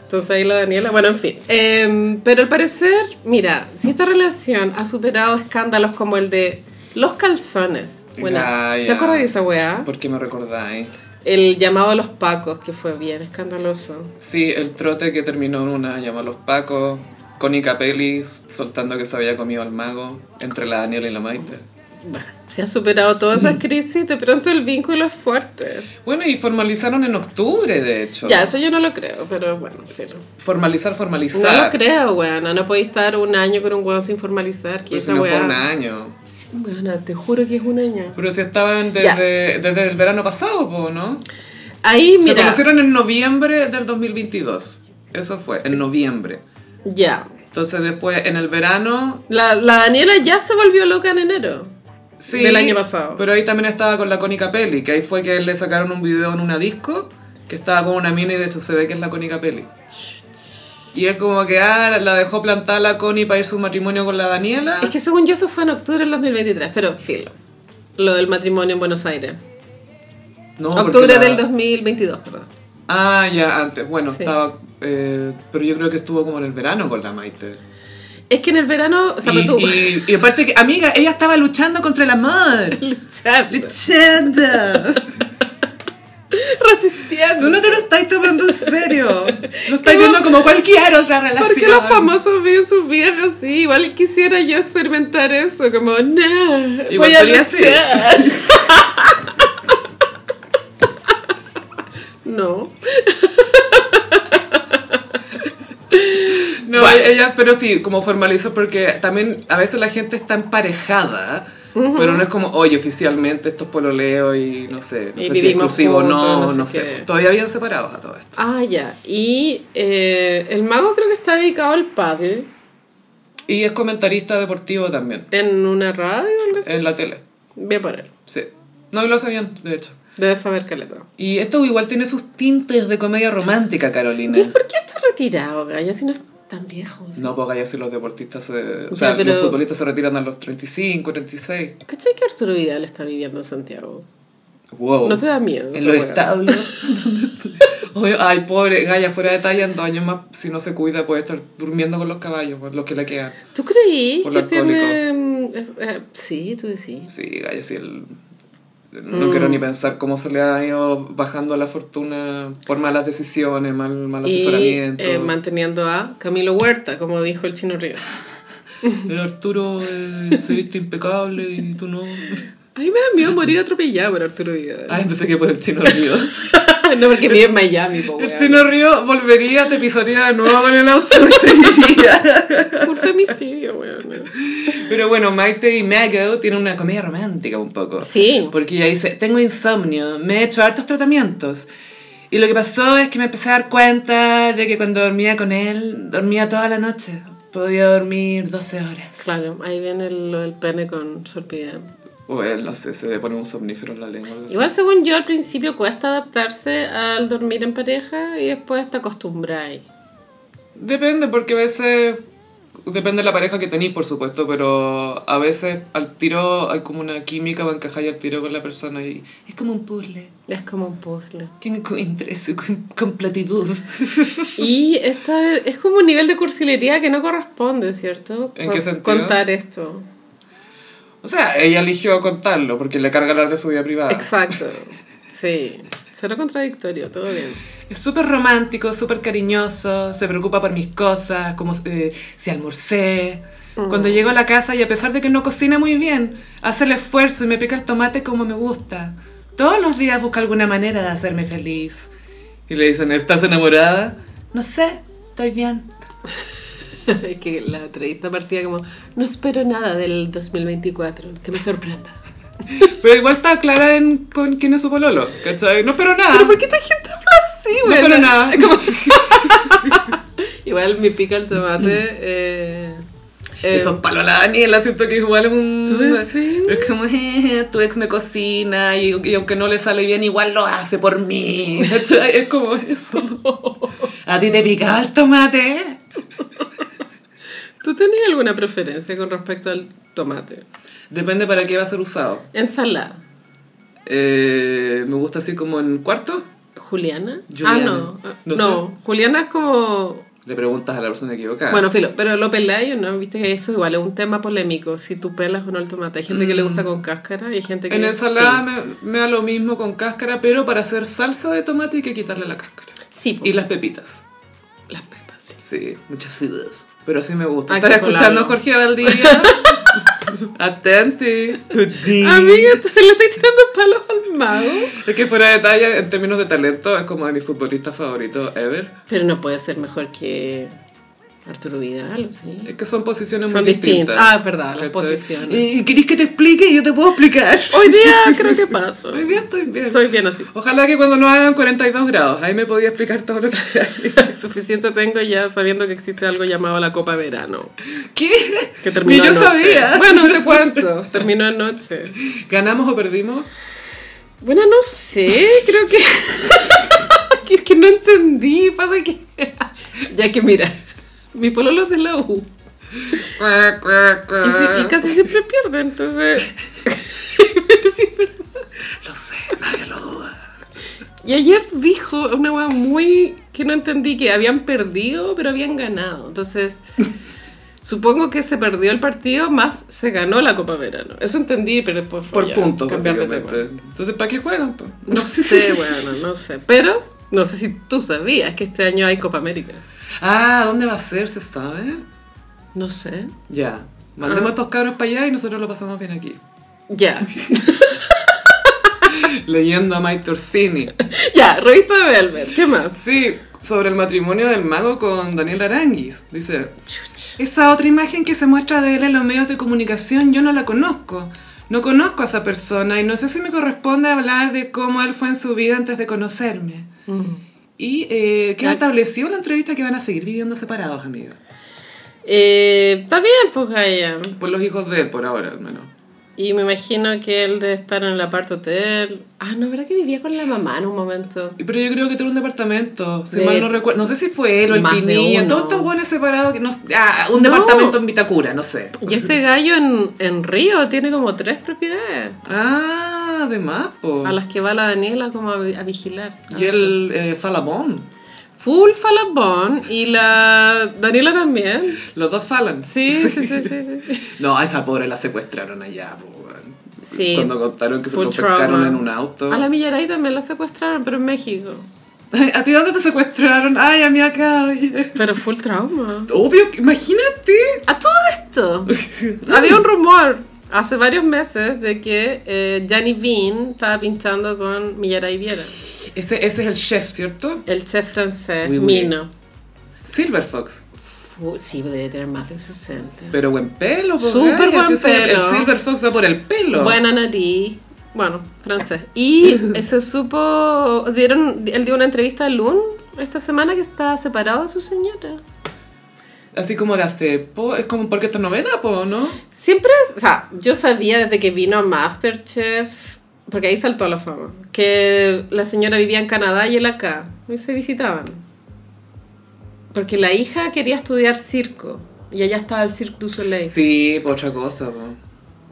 Entonces ahí la Daniela, bueno, en fin. Em, pero al parecer, mira, si esta relación ha superado escándalos como el de los calzones. Bueno,
Ah,
¿te
ya.
acuerdas de esa weá?
¿Por qué me eh? recordáis?
El llamado a los pacos, que fue bien escandaloso.
Sí, el trote que terminó en una llama a los pacos, con Capelli soltando que se había comido al mago, entre la Daniela y la Maite.
Bueno, se ha superado todas esas crisis, de pronto el vínculo es fuerte.
Bueno, y formalizaron en octubre, de hecho.
Ya, eso yo no lo creo, pero bueno, pero...
Formalizar, formalizar.
No lo creo, weona. No podéis estar un año con un weón sin formalizar. Que
Pero si
esa
Pues no fue
weá-
un año.
Sí, weona, te juro que es un año.
Pero si estaban desde, desde el verano pasado, po, ¿no?
Ahí,
Se
mira.
conocieron en noviembre del 2022. Eso fue, en noviembre.
Ya.
Entonces después, en el verano...
La, la Daniela ya se volvió loca en enero.
Sí,
Del año pasado.
Pero ahí también estaba con la Cónica Peli, que ahí fue que le sacaron un video en una disco, que estaba con una mina y de hecho se ve que es la Cónica Peli. Y él como que, ah, la dejó plantada la Connie para irse a un matrimonio con la Daniela.
Es que según yo, eso fue en octubre del 2023, pero filo. Lo del matrimonio en Buenos Aires.
No, porque
octubre
la-
del 2022, perdón.
Ah, ya, antes. Bueno,
Sí.
estaba... eh, pero yo creo que estuvo como en el verano con la Maite.
Es que en el verano, o sea, pues
Y,
tú.
y- y aparte que, amiga, ella estaba luchando contra el amor.
Luchando.
Luchando.
Resistiendo.
Tú no te lo estás tomando en serio. Lo estás viendo como cualquier otra relación.
¿Por qué los famosos viven sus vidas así? Igual quisiera yo experimentar eso, como, nah,
Igual
voy a
podría ser".
luchar. no.
No, ellas, pero sí, como formaliza, porque también a veces la gente está emparejada. Pero no es como, oye, oficialmente esto es pololeo y no sé, no
Y
sé si
vivimos
exclusivo o
juntos,
no,
no sé
no sé.
qué.
pues, Todavía habían separados a todo esto.
Ah, ya. Y eh, el mago creo que está dedicado al padre
Y es comentarista deportivo también,
en una radio o algo así.
en la tele,
Bien por él.
sí. No, y lo sabían, de hecho.
Debe saber caleta.
Y esto igual tiene sus tintes de comedia romántica, Carolina.
¿Y es por qué está retirado, Gaya, si no es tan viejo?
Eh. No, porque ya si los deportistas, se- o
Ya,
sea,
pero-
los futbolistas se retiran a los 35, 36.
¿Cachai que Arturo Vidal está viviendo en Santiago?
Wow.
¿No te da miedo esa
Oh, En los
weá?
establos. Oye, ay, pobre, Gaya, fuera de talla, en dos años más, si no se cuida, puede estar durmiendo con los caballos, por los que le quedan.
¿Tú creí
Por
que
lo alcohólico.
tiene... mm, es- eh, sí, tú decís.
Sí, Gaya, sí, el- no quiero
Mm.
ni pensar cómo se le ha ido bajando la fortuna por malas decisiones, mal, mal
Y
asesoramiento.
eh, manteniendo a Camilo Huerta, como dijo el chino Río.
El Arturo eh, se viste impecable y tú no.
A mí me da miedo morir atropellado por Arturo Vidal.
Ay, pensé que por el chino río.
no, porque vive en Miami, po,
El
weón.
chino río volvería, te pisaría de nuevo con el auto.
Por femicidio, weón.
Pero bueno, Maite y Mago tienen una comedia romántica un poco.
Sí.
Porque ella dice, tengo insomnio, me he hecho hartos tratamientos. Y lo que pasó es que me empecé a dar cuenta de que cuando dormía con él, dormía toda la noche. Podía dormir 12 horas.
Claro, ahí viene el- lo del pene con sorpida.
O él, no sé, se le pone un somnífero en la lengua. algo así.
Igual, según yo, al principio cuesta adaptarse al dormir en pareja y después te acostumbráis.
Depende, porque a veces... Depende de la pareja que tenéis, por supuesto, pero a veces al tiro hay como una química, va a encajar al tiro con la persona y es como un puzzle.
Es como un puzzle.
Que encuentre su com- completitud.
Y esta es como un nivel de cursilería que no corresponde, ¿cierto?
¿En
Con-
qué sentido?
Contar esto.
O sea, ella eligió contarlo porque le carga hablar de su vida
Ah.
privada.
Exacto. Sí. Será contradictorio, todo bien.
Es súper romántico, súper cariñoso, se preocupa por mis cosas, como eh, si almorcé.
Mm.
Cuando llego a la casa y a pesar de que no cocina muy bien, hace el esfuerzo y me pica el tomate como me gusta. Todos los días busca alguna manera de hacerme feliz. Y le dicen, ¿estás enamorada? No sé, estoy bien.
Es que la entrevista partía como, no espero nada del 2024, que me sorprenda.
Pero igual está clara en con quién es su pololo, ¿cachai? No espero nada.
¿Pero por qué esta gente habla así,
No
güey?
espero nada.
Igual me pica el tomate.
Mm.
Eh, eh,
Esos palos a la Daniela, siento que igual es un...
¿Tú decís?
Pero es como, "Eh, tu ex me cocina y, y aunque no le sale bien, igual lo hace por mí. ¿Cachai? Es como eso. ¿A ti te picaba el tomate?
eh, ¿Tú ¿Tenéis alguna preferencia con respecto al tomate?
Depende para qué va a ser usado.
Ensalada.
Eh, me gusta así como en cuarto.
¿Juliana?
Juliana.
Ah, no. Ah,
No
No,
sé. Ah.
Juliana es como...
Le preguntas a la persona equivocada.
Bueno, filo, pero lo peláis o no, viste que eso igual es un tema polémico, si tú pelas o no el tomate. Hay gente que le gusta con cáscara y hay gente que...
Mm. en ensalada me, me da lo mismo con cáscara, pero para hacer salsa de tomate hay que quitarle la cáscara.
Sí,
Y
pues,
las pepitas.
las pepas. sí.
Sí, muchas fideos. Pero sí me gusta.
Hay
¿Estás
que
escuchando
colarlo.
Jorge Valdivia? Atenti.
Amiga, te- le estoy tirando palos al mago.
Es que fuera de talla, en términos de talento, es como de mis futbolistas favoritos ever.
Pero no puede ser mejor que Arturo Vidal, ¿o ¿sí?
Es que son posiciones
Son
muy distintas.
distintas. Ah, es verdad, las
¿Cachai?
posiciones.
¿Y y querés que te explique? Yo te puedo explicar.
Hoy día creo que paso.
Hoy día estoy bien.
Soy bien así.
Ojalá que cuando no hagan 42 grados, ahí me podía explicar todo lo que
Suficiente tengo ya sabiendo que existe algo llamado la Copa Verano.
¿Qué?
Que terminó
Ni yo
anoche.
sabía.
Bueno, te cuento. Terminó anoche.
¿Ganamos o perdimos?
Bueno, no sé, creo que... que es que no entendí, pasa que... ya que mira, mi pololo es de la U. Y,
Ah.
si- y casi siempre pierde, entonces... Pero siempre
Lo sé, nadie lo duda.
Y ayer dijo una weá muy que no entendí, que habían perdido, pero habían ganado. Entonces, supongo que se perdió el partido, más se ganó la Copa Verano. Eso entendí, pero después fue
Por
ya,
puntos,
cambiar de
básicamente.
tema.
Entonces, ¿para qué juegan? po?
No sé, bueno, no sé. Pero, no sé si tú sabías que este año hay Copa América.
Ah, ¿dónde va a ser? ¿Se sabe?
No sé.
Ya. Mandemos a estos cabros para allá y nosotros lo pasamos bien aquí.
Ya,
Leyendo a Mike Orsini.
ya, revista de Velvet, ¿qué más?
Sí, sobre el matrimonio del mago con Daniel Aranguis. Dice, esa otra imagen que se muestra de él en los medios de comunicación, yo no la conozco. No conozco a esa persona y no sé si me corresponde hablar de cómo él fue en su vida antes de conocerme. Mm. Y eh, que
La-
estableció en la entrevista que van a seguir viviendo separados, amigos.
Eh, Está bien, pues, Gaia.
Por los hijos de él, por ahora, al menos.
Y me imagino que él debe estar en el apart hotel. Ah, no, ¿verdad que vivía con la mamá en un momento?
Pero yo creo que tuvo un departamento, si
De-
mal no recuerdo. No sé si fue él o el
Más de
Pinilla,
uno.
todos estos buenos separados. Que no, ah, un
No.
departamento en Vitacura, no sé.
Y este gallo en, en Río tiene como tres propiedades
Ah, además, po.
a las que va la Daniela como a, vi- a vigilar.
Y el eh, Falabón.
Full Falabón y la Daniela también.
Los dos Falan.
Sí, sí, sí, sí. sí.
No, a esa pobre la secuestraron allá, po, weón.
Sí.
Cuando contaron que se
Full
lo pescaron
trauma.
en un auto.
A la Millaray también la secuestraron, pero en México.
¿A ti dónde te secuestraron? Ay, a mí acá. oye.
Pero full trauma.
Obvio, que- imagínate.
A todo esto, había un rumor hace varios meses de que eh, Gianni Bean estaba pinchando con Millaray Viera,
Ese, ese es el chef, ¿cierto?
el chef francés,
Oui, oui.
Mino.
Silver Fox.
Fu- sí, debe tener más de 60.
Pero buen pelo, po,
Súper
gallo,
buen
si ese-
pelo.
El Silver Fox va por el pelo.
Buena nariz. Bueno, francés. Y se supo, dieron, él dio una entrevista a Lun esta semana que está separado de su señora.
Así como de hace po, es como porque esta novela, po, ¿no?
Siempre, o sea, yo sabía desde que vino a Masterchef, porque ahí saltó a la fama, que la señora vivía en Canadá y él acá, y se visitaban. Porque la hija quería estudiar circo, y allá estaba el Cirque du Soleil.
Sí, po, otra cosa, po.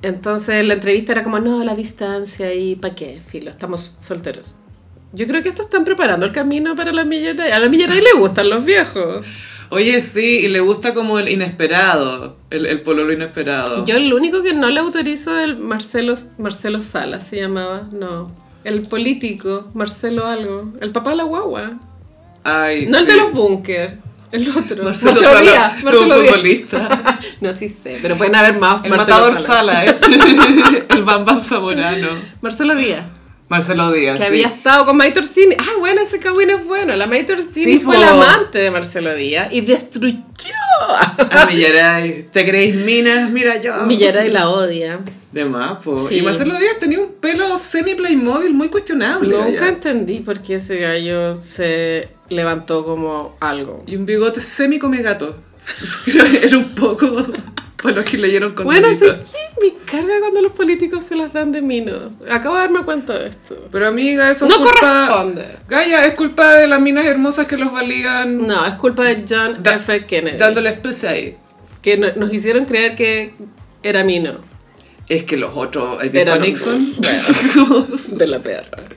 Entonces la entrevista era como, no, la distancia y pa' qué, filo, estamos solteros. Yo creo que esto están preparando el camino para la millonaria. A la millonaria le gustan los viejos.
Oye, sí, y le gusta como el inesperado, el, el pololo inesperado.
Yo el único que no le autorizo es el Marcelo, Marcelo Sala, se llamaba, no. El político, Marcelo algo. El papá de la guagua.
Ay,
No el
sí.
de los búnker. El otro.
Marcelo
Marcelo,
Sala,
Díaz.
como
Marcelo Díaz.
futbolista.
no, sí sé, pero pueden haber más.
El
Marcelo
matador
Sala.
Sala, ¿eh? el bambán zamorano.
Marcelo Díaz.
Marcelo Díaz.
Que
sí.
había estado con May Torsini. Ah, bueno, ese cagüín es bueno. La May
Sí,
Torsini fue
po.
la amante de Marcelo Díaz y destruyó.
A Ah, Millaray. ¿Te creéis minas? Mira yo.
Millaray la odia.
De más, po.
Sí.
Y Marcelo Díaz tenía un pelo semi-playmóvil muy cuestionable.
Nunca
gallo.
entendí por qué ese gallo se levantó como algo.
Y un bigote semi-comegato. Era un poco... Para los que leyeron con
Bueno, sé
dedito.
que me carga cuando los políticos se las dan de mino. Acabo de darme cuenta de esto.
Pero amiga, eso es
No
culpa...
corresponde. Mm,
Gaya, es culpa de las minas hermosas que los valían
No, es culpa de John
Da-
F. Kennedy.
dándoles puse ahí.
que no- nos hicieron creer que era Mino,
Es que los otros, el
Era
Vito Nixon, bueno.
de la perra.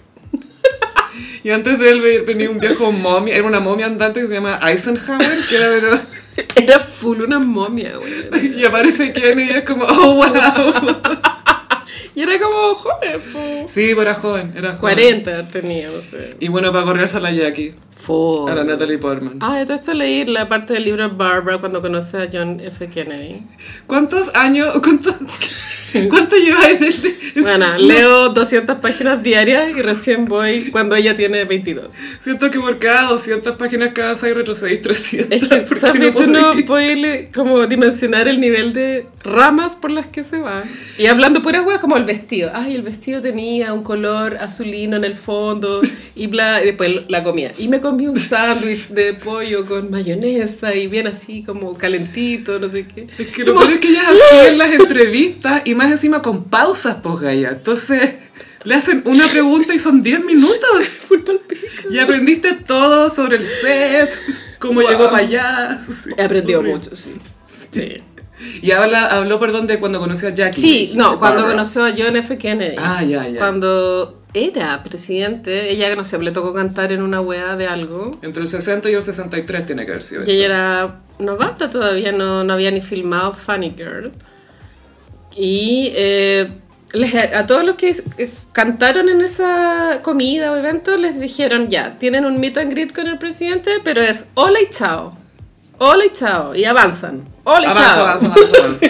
y antes de él ve- venía un viejo momia, era una momia andante que se llama Eisenhower, que era verdad.
Era full una momia, güey.
Y aparece Kenny y es como, oh, wow.
Y era como joven, po.
Sí, pero era joven, era joven.
40 tenía, no sé.
Y bueno, para correrse a la Jackie, a la Natalie Portman.
Ah, de todo esto leí la parte del libro Barbara cuando conoce a John F. Kennedy.
¿Cuántos años, cuánto, cuánto lleváis desde...?
Bueno, leo 200 páginas diarias y recién voy cuando ella tiene 22.
Siento que por cada 200 páginas cada 6 retrocedís 300.
Es que,
porque
Sofi, tú no
podéis.
puedes le- como dimensionar el nivel de ramas por las que se va. Y hablando puras weas como el vestido. Ay, el vestido tenía un color azulino en el fondo y bla, y después la comía. Y me comí un sándwich de pollo con mayonesa y bien así como calentito, no sé qué.
Es que lo peor es que ellas hacen las entrevistas y más encima con pausas, pues Gaya. Entonces le hacen una pregunta y son 10 minutos. Y aprendiste todo sobre el set, cómo
Wow.
llegó para allá.
Aprendió mucho, sí. Sí,
Y habla, habló, perdón, de cuando conoció a Jackie.
Sí, no, cuando
Barbara.
conoció a John F. Kennedy.
Ah, ya, ya.
Cuando era presidente, ella, no sé, le tocó cantar en una wea de algo.
Entre el 60 y el 63 tiene que haber sido.
Y ella era novata todavía, no, no había ni filmado Funny Girl. Y eh, les- a todos los que eh, cantaron en esa comida o evento les dijeron ya, tienen un meet and greet con el presidente, pero es hola y chao. Hola y chao. Y avanzan. Hola y
Avanza,
chao.
avanza, avanza, avanza.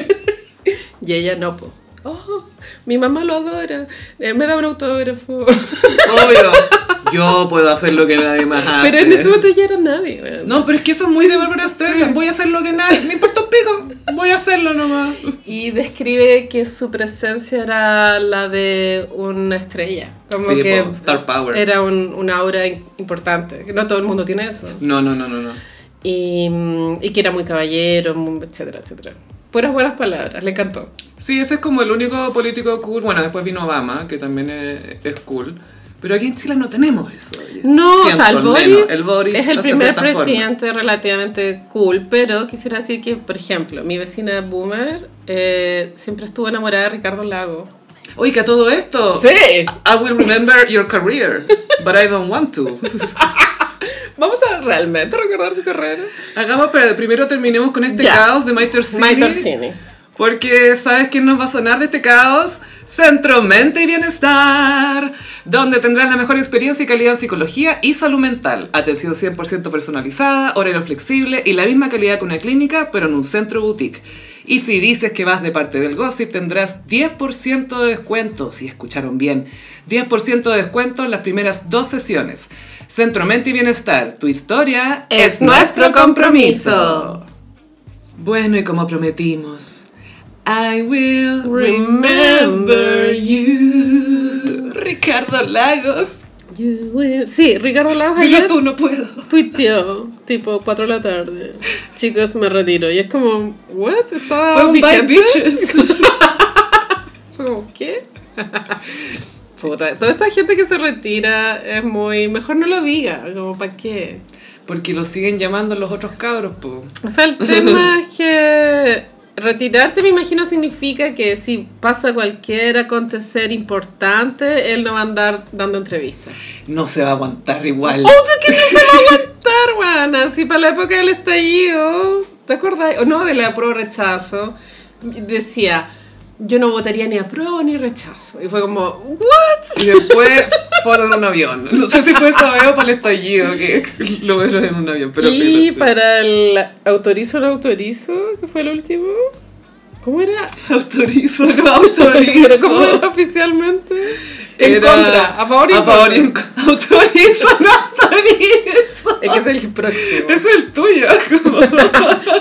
Y ella no, po. Oh, mi mamá lo adora. eh, me da un autógrafo.
Obvio. Yo puedo hacer lo que nadie más hace.
pero en ese momento ya era nadie, weón.
No, pero es que eso es muy de Barbara Streisand. Voy a hacer lo que nadie. Me importa un pico. Voy a hacerlo nomás.
Y describe que su presencia era la de una estrella. Como
Sí,
que
po, star power.
Era un, una aura in- importante. que No todo el mundo tiene eso.
No, no, no, no, no.
Y, mm, y que era muy caballero, muy- etcétera, etcétera. Puras buenas palabras, le encantó.
Sí, ese es como el único político cool. Bueno, después vino Obama, que también es, es cool. Pero aquí en Chile no tenemos eso. oye.
No, o sea,
Siento,
el
al
Boris,
menos. El Boris
es el
hasta
primer
cierta forma.
presidente relativamente cool, pero quisiera decir que, por ejemplo, mi vecina Boomer eh, siempre estuvo enamorada de Ricardo Lago.
Oye, que a todo esto.
¡Sí!
I will remember your career, but I don't want to.
Vamos a realmente recordar su carrera.
Hagamos, pero primero terminemos con este
Ya.
caos de Mike Torsini.
Mike Torsini.
Porque ¿sabes quién nos va a sonar de este caos? Centro Mente y Bienestar, donde tendrás la mejor experiencia y calidad en psicología y salud mental. Atención 100% personalizada, horario flexible y la misma calidad que una clínica, pero en un centro boutique. Y si dices que vas de parte del Gossip, tendrás 10% de descuento, si escucharon bien, 10% de descuento en las primeras dos sesiones. Centro Mente y Bienestar, tu historia
Es nuestro compromiso.
bueno, y como prometimos, I will remember you, Ricardo Lagos.
You will- Sí, Ricardo Lagos
Dilo
ayer
tú, no puedo.
tuiteó, tipo 4 de la tarde. Chicos, me retiro. Y es como, ¿what? Estaba
Fue un bye
vigente.
bitches.
Fue como, ¿qué? Puta, toda esta gente que se retira es muy. Mejor no lo diga, como, ¿para qué?
Porque lo siguen llamando los otros cabros, po.
O sea, el tema es que retirarte, me imagino, significa que si pasa cualquier acontecer importante, él no va a andar dando entrevistas.
No se va a aguantar igual.
Obvio que no se va a aguantar, guana. Si para la época del estallido, ¿te acordás? O no, de la prueba rechazo. Decía, yo no votaría ni a prueba ni rechazo. Y fue como, ¿what?
Y después fueron en un avión. No sé si fue sabeo para el estallido, que lo vieron en un avión. Pero
y
filo, sí.
para el autorizo o no autorizo, que fue el último, ¿cómo era?
Autorizo, no
¿Pero
autorizo.
cómo era oficialmente? En
Era-
contra, a favor y
A
en
favor y en
contra.
contra. Autorizo, no autorizo.
Es que es el próximo.
Es el tuyo. como-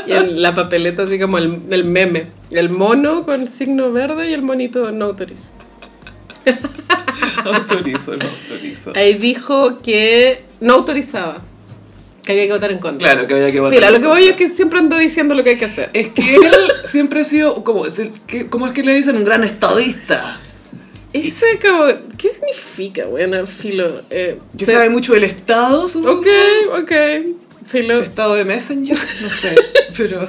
Y en la papeleta, así como el, el meme. El mono con el signo verde y el monito no autorizo.
autorizo, no autorizo.
Ahí dijo que no autorizaba. Que había que votar en contra.
Claro que había que votar
Sí, a lo
en
que
contra. Eh,
voy es que siempre ando diciendo lo que hay que hacer.
Es que él siempre ha sido, como, es el- que- ¿cómo es que le dicen? Un gran estadista.
Ese como... ¿Qué significa, bueno, filo? Eh,
Que
se-
sabe mucho del Estado, supongo.
Ok, ok. Filo.
Estado de Messenger, no sé, pero...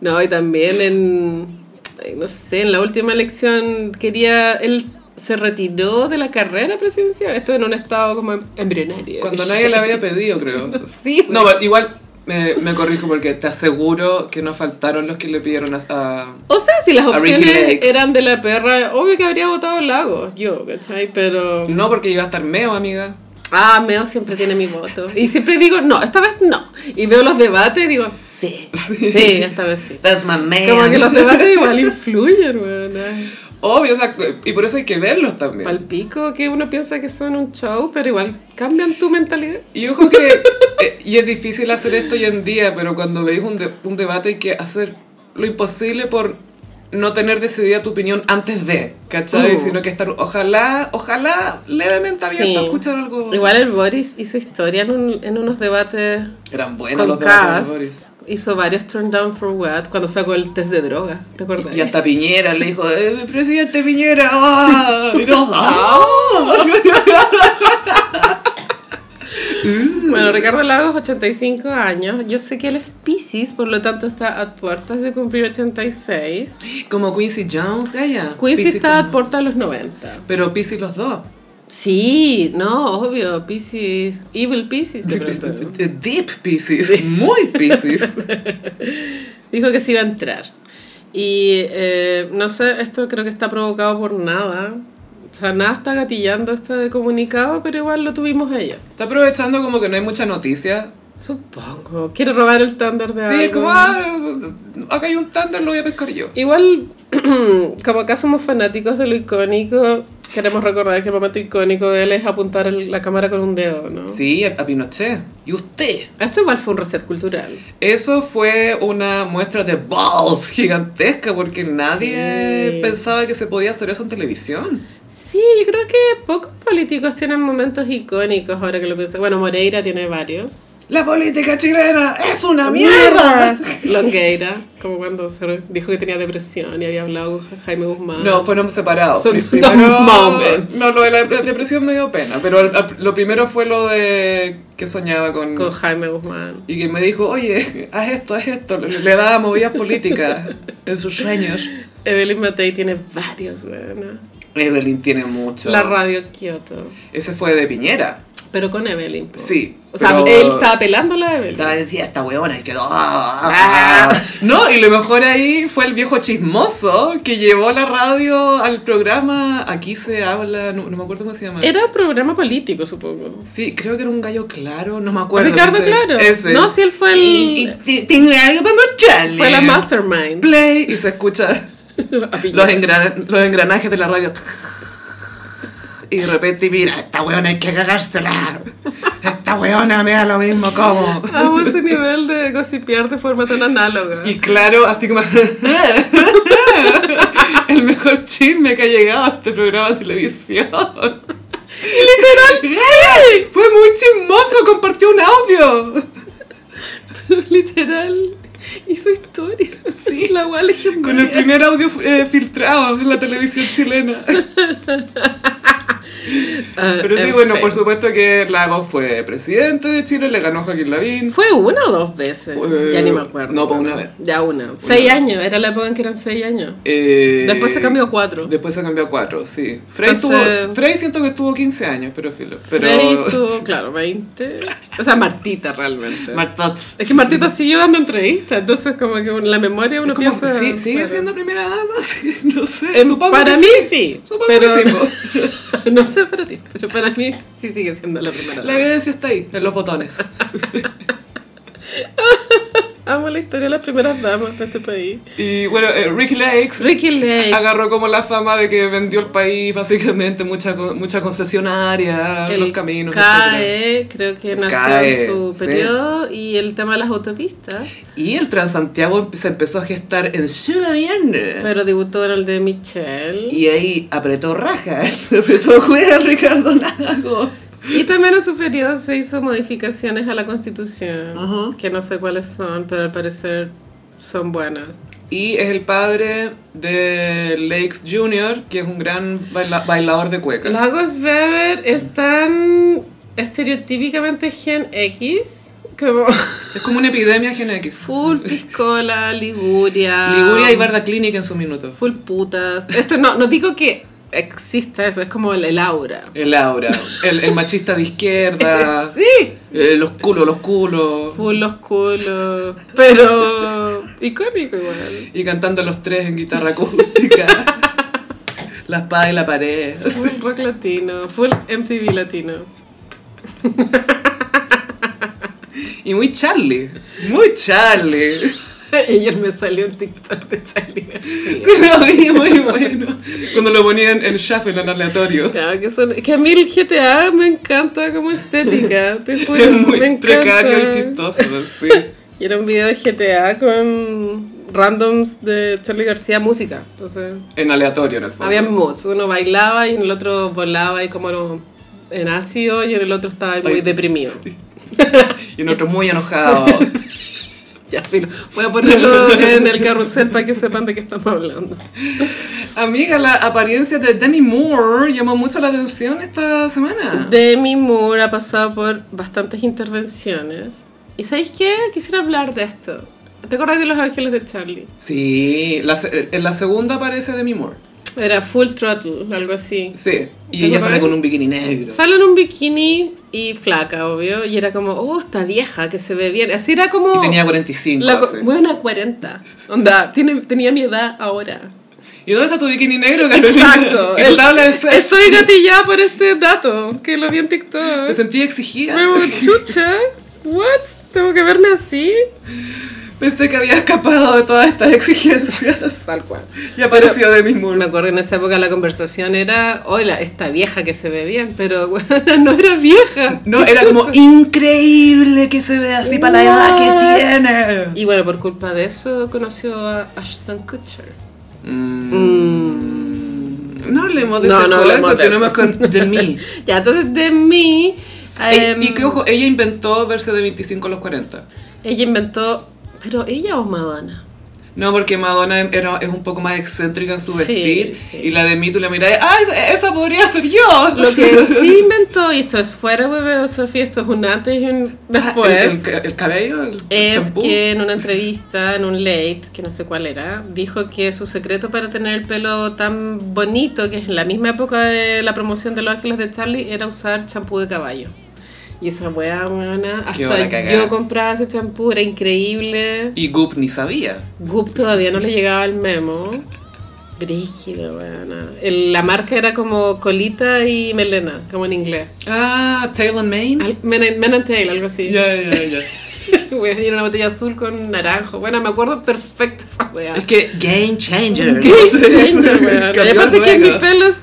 No, y también en, ay, no sé, en la última elección quería, él se retiró de la carrera presidencial, esto en un estado como embrionario.
Cuando nadie le había pedido, creo.
Sí,
No, pero igual eh, me corrijo porque te aseguro que no faltaron los que le pidieron a... a-
O sea, si las
A Ricky
opciones
Legs.
eran de la perra, obvio que habría votado Lago, yo, ¿cachai? Pero...
No, porque iba a estar meo, amiga.
Ah, Meo siempre tiene mi voto. Y siempre digo, no, esta vez no. Y veo los debates y digo, sí, sí, esta vez sí.
That's my man.
Como que los debates igual influyen, weón. Ay,
Obvio, o sea, y por eso hay que verlos también.
Palpico que uno piensa que son un show, pero igual cambian tu mentalidad.
Y ojo que, eh, y es difícil hacer esto hoy en día, pero cuando veis un, de- un debate hay que hacer lo imposible por no tener decidida tu opinión antes de, ¿cachai?
Mm.
Sino que estar, ojalá, ojalá levemente abierto a
Sí.
escuchar algo.
Igual el Boris hizo historia en, un- en unos debates
Eran buenos
con
los debates,
Cast.
Boris.
Hizo varios turn down for what cuando sacó el test de droga, ¿te acordás?
Y hasta Piñera le dijo, eh, presidente Piñera, ¡ah! Y todos, ¡ah!
Bueno, Ricardo Lagos, 85 años. Yo sé que él es Pisces, por lo tanto está a puertas de cumplir 86.
Como Quincy Jones, Gaya.
Quincy
Piscis
está a
como-
puertas de los 90.
Pero Pisces los dos.
Sí, no, obvio, Pisces. Evil Pisces,
Este
de pronto. ¿no?
Deep Pisces, muy Pisces.
Dijo que se iba a entrar. Y eh, no sé, esto creo que está provocado por nada. O sea, nada está gatillando este comunicado, pero igual lo tuvimos ayer.
Está aprovechando como que no hay mucha noticia.
Supongo. Quiere robar el estándar de
Sí,
algo.
como, ah, acá hay un tándar, lo voy a pescar yo.
Igual, como acá somos fanáticos de lo icónico, queremos recordar que el momento icónico de él es apuntar el- la cámara con un dedo, ¿no?
Sí, a a Pinochet. ¿Y usted?
Eso igual fue un reset cultural.
Eso fue una muestra de balls gigantesca porque nadie
Sí.
pensaba que se podía hacer eso en televisión.
Sí, yo creo que pocos políticos tienen momentos icónicos ahora que lo pienso. Bueno, Moreira tiene varios.
La política chilena es una mierda.
Longueira, como cuando se re- dijo que tenía depresión y había hablado con Jaime Guzmán.
No, fueron separados.
Son
Pri-
dos moments.
no, lo de la dep- depresión me dio pena, pero al- al- lo primero fue lo de que soñaba con...
Con Jaime Guzmán.
y que me dijo, oye, haz esto, haz esto. Le, le daba movidas políticas en sus sueños.
Evelyn Matei tiene varios, bueno.
Evelyn tiene mucho.
La radio Kioto.
Ese fue de Piñera.
Pero con Evelyn. po.
Sí,
O sea,
pero-
él está apelando a la Evelyn.
Estaba decía, esta huevona, y quedó. ah". No, y lo mejor ahí fue el viejo chismoso que llevó la radio al programa. Aquí se habla, no, no me acuerdo cómo se llama.
Era un programa político, supongo.
Sí, creo que era un gallo claro, no me acuerdo.
Ricardo
ese-
Claro.
Ese.
No, sí, él fue el-
Y- y- sí, tengo algo para mostrarle.
Fue la mastermind.
Play y se escucha los, engran- los engranajes de la radio. Y de repente, mira, esta weona hay que cagársela. Esta weona me da lo mismo como.
Amo ese nivel de gossipear de forma tan análoga.
Y claro, así como... el mejor chisme que ha llegado a este programa de televisión. literal, Fue muy chismoso, compartió un audio.
Literal. Hizo historia. Sí, la guay
Con el primer audio eh, filtrado en la televisión chilena.
Ah,
Pero sí, bueno, por supuesto que Lagos fue presidente de Chile, le ganó a Joaquín Lavín.
Fue una o dos veces.
Eh,
ya ni me acuerdo.
no, pues una vez.
Ya una. seis años. Era la época en que eran seis años.
Eh,
Después se cambió a cuatro.
Después se cambió a cuatro, sí. Frey,
Entonces-
tuvo- Frey siento que estuvo 15 años, pero filo. Pero...
Freddy estuvo, claro, 20. O sea, Martita realmente.
Marta.
es que Martita siguió dando entrevistas, entonces como que en la memoria uno
Como,
piensa...
sí, sigue
claro.
siendo primera dama, Sí, no sé.
Em,
supongo
para
que
mí sí,
Supongo
pero
que sí, po.
no sé para ti, pero para mí sí sigue siendo la primera.
La evidencia está ahí, en los botones.
Amo la historia de las primeras damas de este país.
Y bueno, eh, Ricky Lakes
Ricky Lake,
agarró como la fama de que vendió el país, básicamente, mucha, co- mucha concesionaria, los caminos, etc.
CAE, E, creo que nació
CAE,
en su
E, sí. Eh.
periodo, y el tema de las autopistas,
Y el Transantiago empe- se empezó a gestar en Ciudad Viernes.
pero debutó en el de Michelle.
Y ahí apretó raja, apretó juega Ricardo Lago.
Y también en su periodo se hizo modificaciones a la constitución, que no sé cuáles son, pero al parecer son buenas.
Y es el padre de Lakes Jr., que es un gran baila- bailador de cueca.
Lagos Weber es tan estereotípicamente gen X Como
Es como una epidemia Gen X.
full piscola, Liguria.
Liguria y Barda Clinic en su minuto.
Full putas. Esto no, no digo que exista eso, es como el, el aura.
El aura, el, el machista de izquierda,
Sí,
eh, los culos, los culos.
full los culos. Pero icónico igual.
Y cantando los tres en guitarra acústica. la espada y la pared.
Full rock latino, full MTV latino.
Y muy Charlie. Muy Charlie.
Ayer me salió un TikTok de Charlie García.
Sí, lo vi, muy bueno. Cuando lo ponían en shuffle, en aleatorio.
Claro, que, son, que a mí el GTA me encanta como estética, te juro,
Es muy
me encanta.
precario y chistoso, sí.
Y era un video de GTA con randoms de Charlie García música, entonces...
En aleatorio, en el fondo.
Había moods, uno bailaba y en el otro volaba y como lo- en ácido y en el otro estaba muy
Ay,
deprimido.
Y en otro muy enojado.
Ya, filo. Voy a ponerlo en el carrusel para que sepan de qué estamos hablando.
Amiga, la apariencia de Demi Moore llamó mucho la atención esta semana.
Demi Moore ha pasado por bastantes intervenciones. ¿Y sabéis qué? Quisiera hablar de esto. ¿Te acordás de Los Ángeles de Charlie?
Sí, la se- en la segunda aparece Demi Moore.
Era Full Throttle, algo así.
Sí. Y
¿Te
ella sale
acuerdas?
con un bikini negro.
Solo en un bikini y flaca, obvio. Y era como, oh, está vieja, que se ve bien. Así era como...
Y tenía 45.
La
así.
cu- Buena 40. Onda, tiene, tenía mi edad ahora.
¿Y dónde está tu bikini negro, Carolina?
Exacto.
Y tú
El-
te hablas de sexo.
estoy gatillada por este dato que lo vi en
Te
TikTok.
sentí exigida.
Luego, chucha, ¿what? ¿Tengo que verme así?
Pensé que había escapado de todas estas exigencias.
Tal cual.
Y apareció Demi Moore.
Me acuerdo en esa época la conversación era, hola, esta vieja que se ve bien, pero bueno, no era vieja.
No, era como increíble que se vea así para la
What?
edad que tiene.
Y bueno, por culpa de eso conoció a Ashton Kutcher.
No hablemos de
Mm. No,
ese
no
joven,
hablemos de
continuemos
eso.
con Demi.
Ya, entonces de mí...
Ey,
em,
y que ojo, ella inventó verse de 25 a los 40.
Ella inventó. ¿Pero ella o Madonna?
No, porque Madonna era- es un poco más excéntrica en su
Sí,
vestir.
sí.
Y la de mí, tú la miras, y, ¡ah, esa, esa podría ser yo!
Lo que sí inventó, y esto es fuera, hueveo, Sofía, esto es un antes y un después,
Ah, El, el- el cabello, el
pues. es
champú.
que en una entrevista, en un late, que no sé cuál era, dijo que su secreto para tener el pelo tan bonito, que es en la misma época de la promoción de Los Ángeles de Charlie, era usar champú de caballo. Y esa weá, weona,
Yo la
hasta
cagá.
yo compraba ese champú, era increíble.
Y Goop ni sabía.
Goop todavía no le llegaba el memo. Brígido, weona. El- La marca era como colita y melena, como en inglés.
Ah, Tail and Mane.
Al- Men, and- Men and Tail, algo así.
Ya, ya, ya.
Weón, y era una botella azul con naranjo. Bueno, me acuerdo perfecto esa wea.
Es que Game Changer.
Game changer, weón. Y
Cambió Oh.
aparte que mi
luego.
pelo es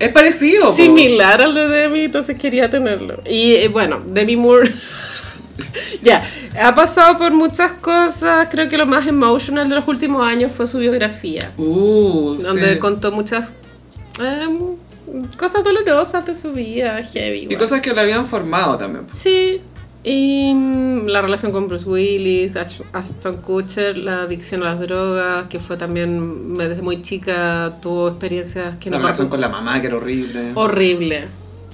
Es parecido. po.
similar al de Demi, entonces quería tenerlo. Y eh, bueno, Demi Moore. Ya, ha pasado por muchas cosas. Creo que lo más emotional de los últimos años fue su biografía.
Uh,
donde
sí.
contó muchas em, cosas dolorosas de su vida, heavy.
Y
igual.
cosas que la habían formado también. po.
Sí, y mm, la relación con Bruce Willis, Ash- Ashton Kutcher, la adicción a las drogas, que fue también me- desde muy chica, tuvo experiencias que
La
no
relación con la mamá, que era horrible.
Horrible.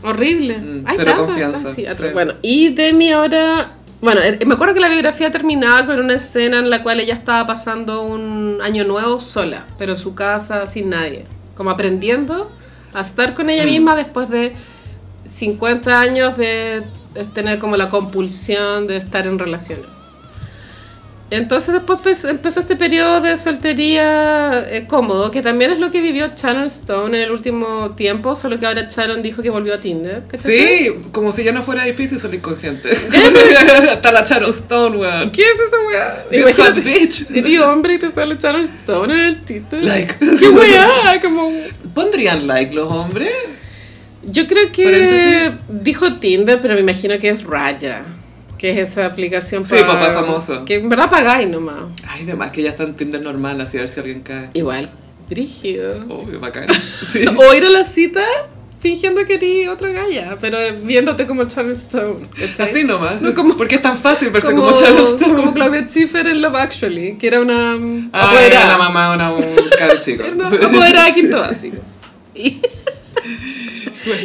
Horrible.
Mm,
Hay
cero
tantas,
confianza,
tantas, sí,
sí.
atro- Bueno, y Demi ahora. Bueno, eh, me acuerdo que la biografía terminaba con una escena en la cual ella estaba pasando un año nuevo sola, pero en su casa, sin nadie. Como aprendiendo a estar con
Mm.
ella misma después de 50 años de eh, tener como la compulsión de estar en relaciones. Entonces después pues, empezó este periodo de soltería eh, cómodo, que también es lo que vivió Sharon Stone en el último tiempo, solo que ahora Sharon dijo que volvió a Tinder. ¿cachai?
Sí, como si ya no fuera difícil salir con gente. Hasta la Sharon Stone, weón.
¿Qué es esa weá?
This hot bitch.
Eres hombre y te sale Sharon Stone en el título.
Like.
¿Qué weá? Como...
¿Pondrían like los hombres?
Yo creo que
Paréntesis.
dijo Tinder, pero me imagino que es Raya, que es esa aplicación
Sí, papá famoso.
Que en verdad pagáis nomás.
Ay, demás que ya está en Tinder normal, así a ver si alguien cae.
Igual, brígido.
Obvio, bacán. Sí.
O ir a la cita fingiendo que eres otra galla, pero viéndote como Charles Stone. ¿cachai?
Así nomás.
No, como,
Porque es tan fácil verse
como,
como, Sharon Stone.
como Claudia Schiffer en Love Actually, que era una um,
Ah, era la mamá de una- un cabro chico.
Era una apoderada quinto básico. Y,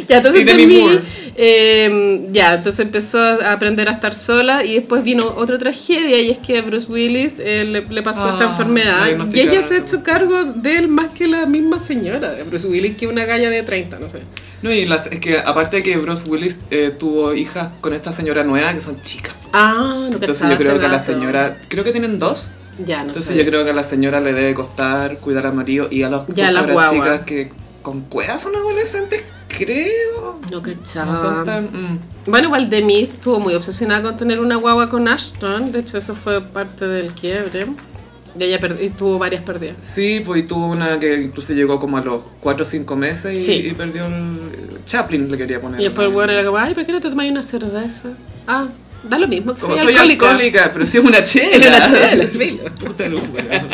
ya, entonces
Y
de
Demi
mí,
Moore.
Eh, ya, entonces empezó a aprender a estar sola y después vino otra tragedia y es que a Bruce Willis eh, le, le pasó
Ah,
esta enfermedad y
diagnosticado.
ella se ha hecho cargo de él más que la misma señora de Bruce Willis, que una galla de 30, no sé.
No, y las, es que aparte de que Bruce Willis eh, tuvo hijas con esta señora nueva, que son chicas. pues,
Ah, no
Entonces
cachaba
yo creo
ese
que a la
dato.
señora, creo que tienen dos.
Ya, no
Entonces
sé.
yo creo que a la señora le debe costar cuidar a marido y a las
Ya, las
pobres
guaguas.
chicas que con cuevas son adolescentes, creo.
No cachaba.
No son tan... mm.
Bueno, igual Demi estuvo muy obsesionada con tener una guagua con Ashton. De hecho, eso fue parte del quiebre. Y ella per- y tuvo varias pérdidas.
Sí, pues y tuvo una que incluso llegó como a los 4 o 5 meses y,
Sí.
y perdió el... Chaplin le quería poner.
Y después el
¿no?
weón era como, ay, ¿por qué no te tomáis una cerveza? Ah, da lo mismo que
Como
soy,
soy
alcohólica.
alcohólica, pero sí es una chela.
Era la chela, filo.
Puta luz, weón.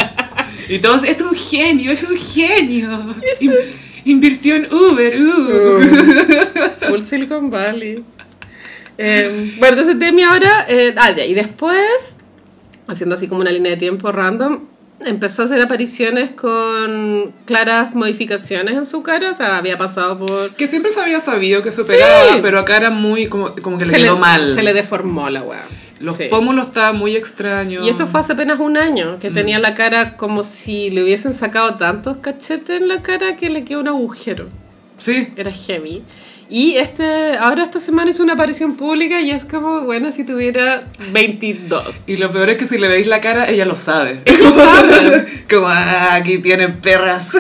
Y todos, es un genio, es un genio. In- invirtió en Uber, uh.
Full Silicon Valley. Eh, bueno, entonces Demi ahora, eh, ah, ya, y después, haciendo así como una línea de tiempo random, empezó a hacer apariciones con claras modificaciones en su cara, o sea, había pasado por...
Que siempre se había sabido que superaba, pero acá era muy como, como que le quedó mal.
se le deformó la weá.
Los
Sí.
pómulos estaban muy extraños.
Y esto fue hace apenas un año,
Mm.
que tenía la cara como si le hubiesen sacado tantos cachetes en la cara que le quedó un agujero.
Sí.
Era heavy. Y este, ahora esta semana hizo una aparición pública y es como, bueno, si tuviera 22.
Y lo peor es que si le veis la cara, ella lo sabe.
Lo sabe.
como, ah, aquí tienen perras.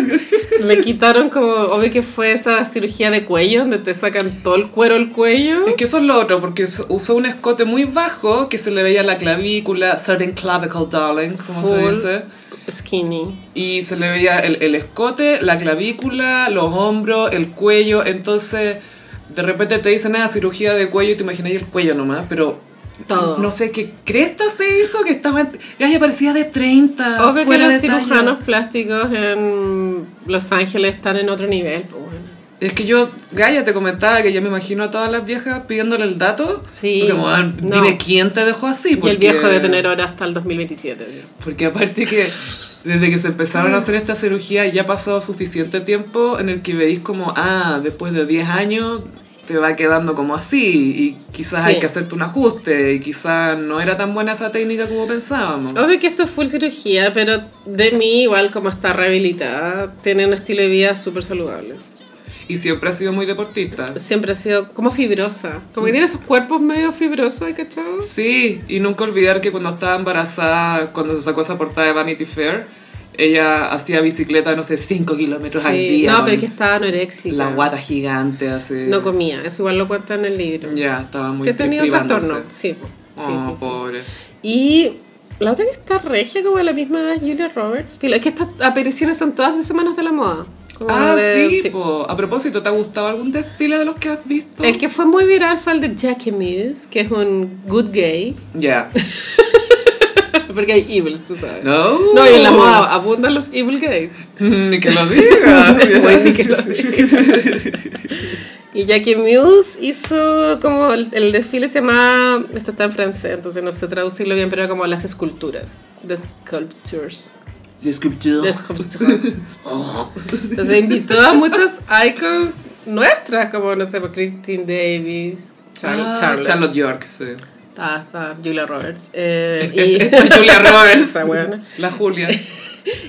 Le quitaron como, obvio que fue esa cirugía de cuello, donde te sacan todo el cuero al cuello.
Es que eso es lo otro, porque us- usó un escote muy bajo que se le veía la clavícula, certain clavicle darling, como se
Full.
dice.
Skinny.
Y se le veía el, el escote, la clavícula, los hombros, el cuello. Entonces, de repente te dicen, ah, cirugía de cuello y te imagináis el cuello nomás, pero.
Todo.
No sé qué cresta se hizo que estaba. Gaya parecía de 30.
Obvio que
Ah, fuera
los
de talla.
cirujanos plásticos en Los Ángeles están en otro nivel, pues bueno.
Es que yo, Gaya, te comentaba que ya me imagino a todas las viejas pidiéndole el dato.
Sí.
Porque, bueno,
No.
dime quién te dejó así.
Y el viejo
porque-
debe tener hora hasta el 2027.
Porque aparte que desde que se empezaron a hacer esta cirugía ya ha pasado suficiente tiempo en el que veis como, ah, después de 10 años te va quedando como así y quizás
Sí.
hay que hacerte un ajuste y quizás no era tan buena esa técnica como pensábamos.
Obvio que esto es full cirugía, pero de mí, igual como está rehabilitada, tiene un estilo de vida súper saludable.
Y siempre ha sido muy deportista.
Siempre ha sido como fibrosa. Como que tiene esos cuerpos medio fibrosos, ¿cachado?
Sí, y nunca olvidar que cuando estaba embarazada, cuando se sacó esa portada de Vanity Fair, ella hacía bicicleta, no sé, 5 kilómetros al
Sí.
día.
No,
con
pero es que estaba anoréxica.
La guata gigante, así.
No comía, eso igual lo cuenta en el libro.
Ya, estaba muy
que tenía un
privándose.
trastorno. Sí, po. sí,
oh,
sí, sí.
pobre.
Y la otra que está regia, como de la misma edad, Julia Roberts. Filo, Es que estas apariciones son todas de semanas de la moda. Como
Ah,
de-
sí, po. A propósito, ¿te ha gustado algún desfile de los que has visto?
El que fue muy viral fue el de Jackie Muse, que es un good gay.
Ya.
Porque hay evils, tú sabes. No,
No.
y en la moda abundan los evil gays.
Mm, Ni que lo digas.
Güey, ni que lo Y Jackie Muse hizo como el, el desfile se llama, esto está en francés, entonces no sé traducirlo bien, pero era como las esculturas, the sculptures. the sculptures. Ah, Entonces invitó a muchos icons nuestras, como no sé, Christine Davis, Char-
Ah,
Charlotte,
Charlotte York, sí.
Ta- ta, Julia Roberts. eh, y,
Julia Roberts.
Esa buena.
La Julia.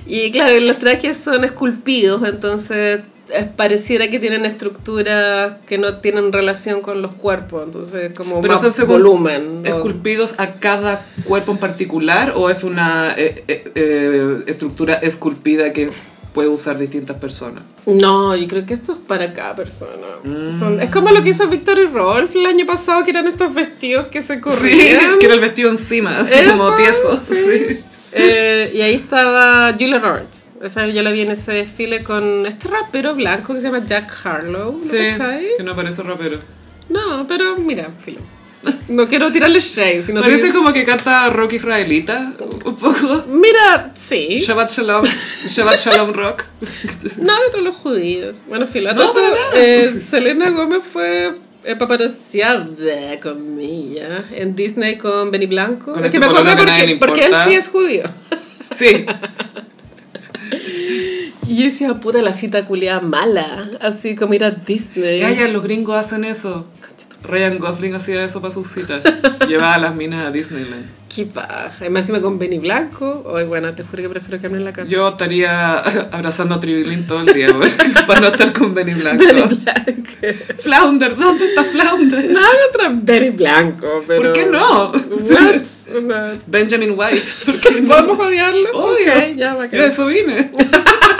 Y claro, los trajes son esculpidos, entonces eh, pareciera que tienen estructuras que no tienen relación con los cuerpos, entonces como
Pero
más
son según-
volumen. o-
¿Esculpidos a cada cuerpo en particular o es una eh, eh, eh, estructura esculpida que puede usar distintas personas?
No, yo creo que esto es para cada persona. Son-
Mm.
es como lo que hizo Victory Rolf el año pasado, que eran estos vestidos que se corrían.
que era el vestido encima, así
Eso,
como tieso.
sí.
sí.
Eh, y ahí estaba Julia Roberts. Esa yo la vi en ese desfile con este rapero blanco que se llama Jack Harlow. ¿lo
Sí,
cachai?
que no parece rapero.
No, pero mira, filo. No quiero tirarle shade, sino
Parece
soy-
como que canta rock israelita, un poco.
Mira, sí.
Shabbat Shalom, Shabbat Shalom Rock.
No, otros los judíos. Bueno, filo. a
No,
todo
para
esto, eh, Selena Gómez fue eh, paparazziada, comillas, en Disney con Benny Blanco.
Con
es que
este
me acordé
pololo que a nadie
porque,
le
porque él
importa.
sí es judío.
Sí,
Y yo decía, puta, la cita culiada mala. Así como ir a Disney.
ya, ya, los gringos hacen eso.
Concha tu
Ryan Gosling hacía eso para sus citas. Llevaba a las minas a Disneyland.
Qué paja. Y más encima con Benny Blanco. Hoy, bueno, te juro que prefiero quedarme en la casa.
Yo estaría abrazando a Tribilín todo el día, güey, para no estar con Benny Blanco.
Benny Blanco.
Flounder, ¿dónde está Flounder?
No, otra Benny Blanco, pero...
¿Por qué no?
What? No.
Benjamin White. ¿Por qué no?
¿Podemos odiarlo?
Obvio.
Ok, ya va a
Yo de eso vine.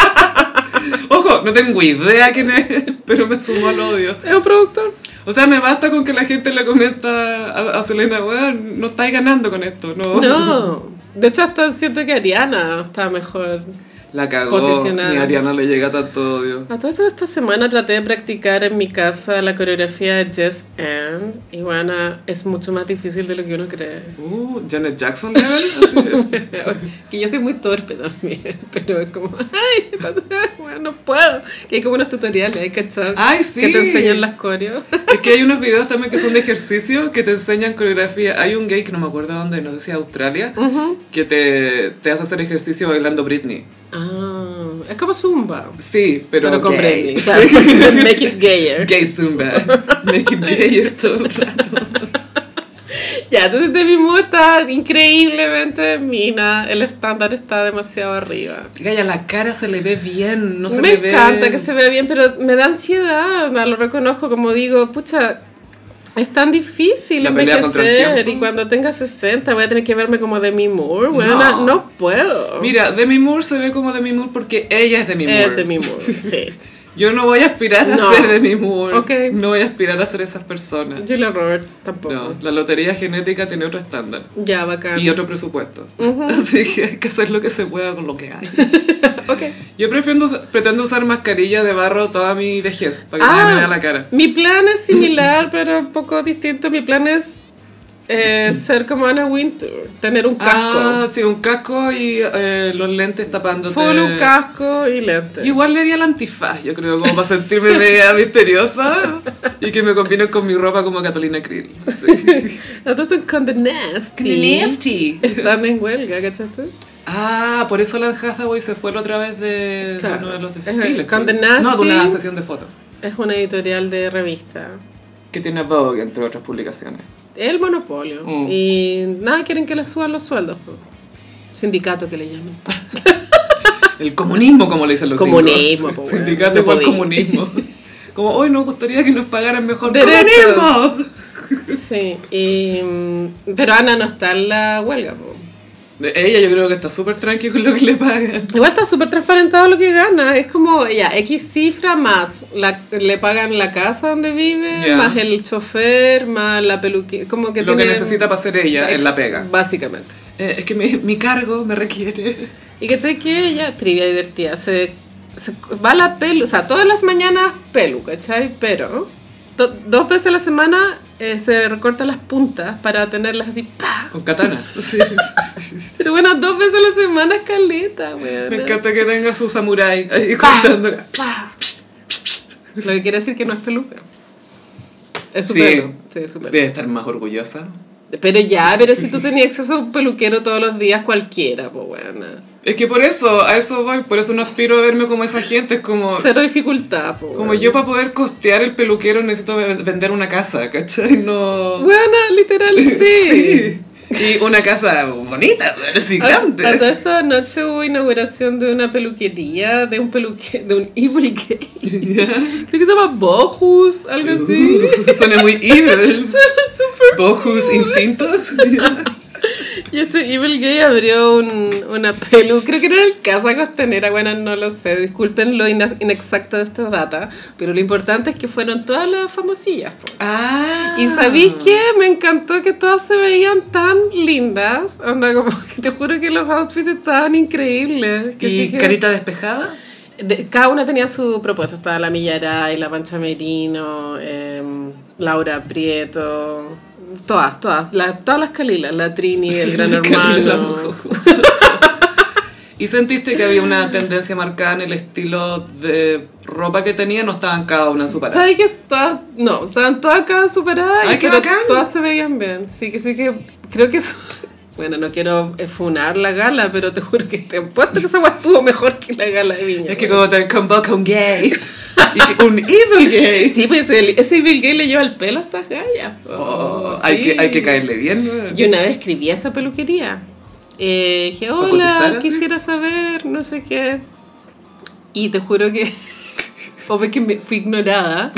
Ojo, no tengo idea quién es, pero me sumó al odio.
Es un productor.
O sea, me basta con que la gente le comenta a, a Selena, weón, no estáis ganando con esto, no.
No. De hecho, hasta siento que Ariana está mejor.
La cagó.
Posicionada.
Ni a Ariana le llega tanto odio.
A todo esto, esta semana traté de practicar en mi casa la coreografía de Jess Ann. Y bueno, es mucho más difícil de lo que uno cree.
Uh, Janet Jackson level. así es.
que yo soy muy torpe también, pero es como, ay, bueno, no puedo. Que hay como unos tutoriales, ¿cachai?
Ay, Ah, sí.
Que te enseñan las coreos.
Es que hay unos videos también que son de ejercicio que te enseñan coreografía. Hay un gay que no me acuerdo dónde, no sé si Australia, que te, te hace hacer ejercicio bailando Britney.
Ah, es como Zumba.
Sí, pero,
Pero con
gay.
Brandy. Claro. Make it gayer.
Gay Zumba. Make it gayer todo el rato.
Ya, entonces Demi Moore está increíblemente mina. El estándar está demasiado arriba.
Gaya, la cara se le ve bien, no se
me
le ve...
encanta que se vea bien, pero me da ansiedad. no, lo reconozco, como digo, pucha. Es tan difícil
La pelea contra el
envejecer
tiempo.
y cuando tenga 60 voy a tener que verme como Demi Moore, weona,
No.
no. puedo.
Mira, Demi Moore se ve como Demi Moore porque ella es Demi Moore.
es Demi Moore, sí.
Yo no voy a aspirar a
No.
ser Demi Moore.
Ok.
No voy a aspirar a ser esas personas.
Julia Roberts tampoco.
No, la lotería genética tiene otro estándar.
Ya, bacán.
Y otro presupuesto. Así que hay que hacer lo que se pueda con lo que hay.
Ok.
Yo prefiero, us- pretendo usar mascarilla de barro toda mi vejez, para que nadie me vea
Ah,
la cara.
mi plan es similar, pero un poco distinto. Mi plan es eh, ser como Anna Wintour, tener un casco.
Ah, sí, un casco y eh, los lentes tapándote.
Full un casco y lentes.
Igual le haría el antifaz, yo creo, como para sentirme media misteriosa y que me combine con mi ropa como Catalina Krill.
Entonces con The Nasty. Están en huelga, ¿cachaste?
Ah, por eso la Hathaway se fue la otra vez de de
Claro.
uno de los
Ajá,
desfiles.
con
creo.
The Nasty.
No, de una sesión de fotos.
Es una editorial de revista.
Que tiene Vogue, entre otras publicaciones.
El monopolio.
Mm.
Y nada, quieren que les suban los sueldos. po. Sindicato que le llaman.
El comunismo, como le dicen los
Comunismo,
gringos.
po, weón.
Sindicato
No
por
podí.
comunismo. Como, hoy nos gustaría que nos pagaran mejor.
Derechos.
¡Comunismo!
Sí. y, mm, pero Ana no está en la huelga. po.
Ella yo creo que está súper tranqui con lo que le pagan.
Igual está súper transparentado lo que gana. Es como, ya, X cifra más. La, le pagan la casa donde vive,
Ya.
más el chofer, más la peluquera. Como que
Lo que
tiene-
necesita para ser ella en la pega.
Básicamente.
Eh, es que mi, mi cargo me requiere.
Y que sé que ella, trivia divertida, se, se va a la pelu, o sea, todas las mañanas pelu, ¿cachai? Pero do- dos veces a la semana eh, se recortan las puntas para tenerlas así, ¡pa!
Con katana. Sí.
Pero bueno, dos veces a la semana es caleta, weón.
Me encanta que tenga su samurái ahí cortando.
Lo que quiere decir que no es peluca. Es su
Sí.
pelo. Sí, es su pelo.
Debe estar más orgullosa.
Pero ya, pero si tú tenías acceso a un peluquero todos los días, cualquiera, pues weón.
Es que por eso, a eso voy, por eso no aspiro a verme como esa gente. Es como,
Cero dificultad, pues.
como yo para poder costear el peluquero necesito ve- vender una casa, ¿cachai? No...
Weona, literal, sí.
Y una casa bonita, así
Ah, A toda
grande.
esta noche hubo inauguración de una peluquería, de un peluque, de un evil gay. Creo que se llama Bojus, algo así.
Uh, suena muy evil.
Suena súper.
Bojus instintos.
Y este evil gay abrió un, una pelu. Creo que era el Casa Costanera, bueno, no lo sé. Disculpen lo ina- inexacto de esta data. Pero lo importante es que fueron todas las famosillas. po.
ah.
Y sabéis qué? Me encantó que todas se veían tan lindas. Onda, como que te juro que los outfits estaban increíbles. Que sí que-
despejada?
De- cada una tenía su propuesta. Estaba la Millara y la Pancha Merino, em, Laura Prieto. Todas, todas. La- todas las Calilas. La Trini, el Gran Hermano.
¿Y sentiste que había una tendencia marcada en el estilo de ropa que tenía? No estaban cada una en su parada.
¿Sabes que todas, no, estaban todas acá superadas
Ay,
y
qué
pero
bacán.
todas se veían bien. Sí, que sí que creo que eso- Bueno, no quiero eh, funar la gala, pero este te juro que te apuesto que esa guay estuvo mejor que la gala de Viña.
Es que como te convoca un gay Y- un evil gay.
Sí, pues el- ese Bill Gates le lleva el pelo a estas gallas. po.
Oh,
Sí.
hay, que, hay que caerle bien. weón.
Yo una vez escribí a esa peluquería. Eh, dije,
¿Para cotizar
hola,
así?
quisiera saber, no sé qué. Y te juro que. O ves que me- fui ignorada.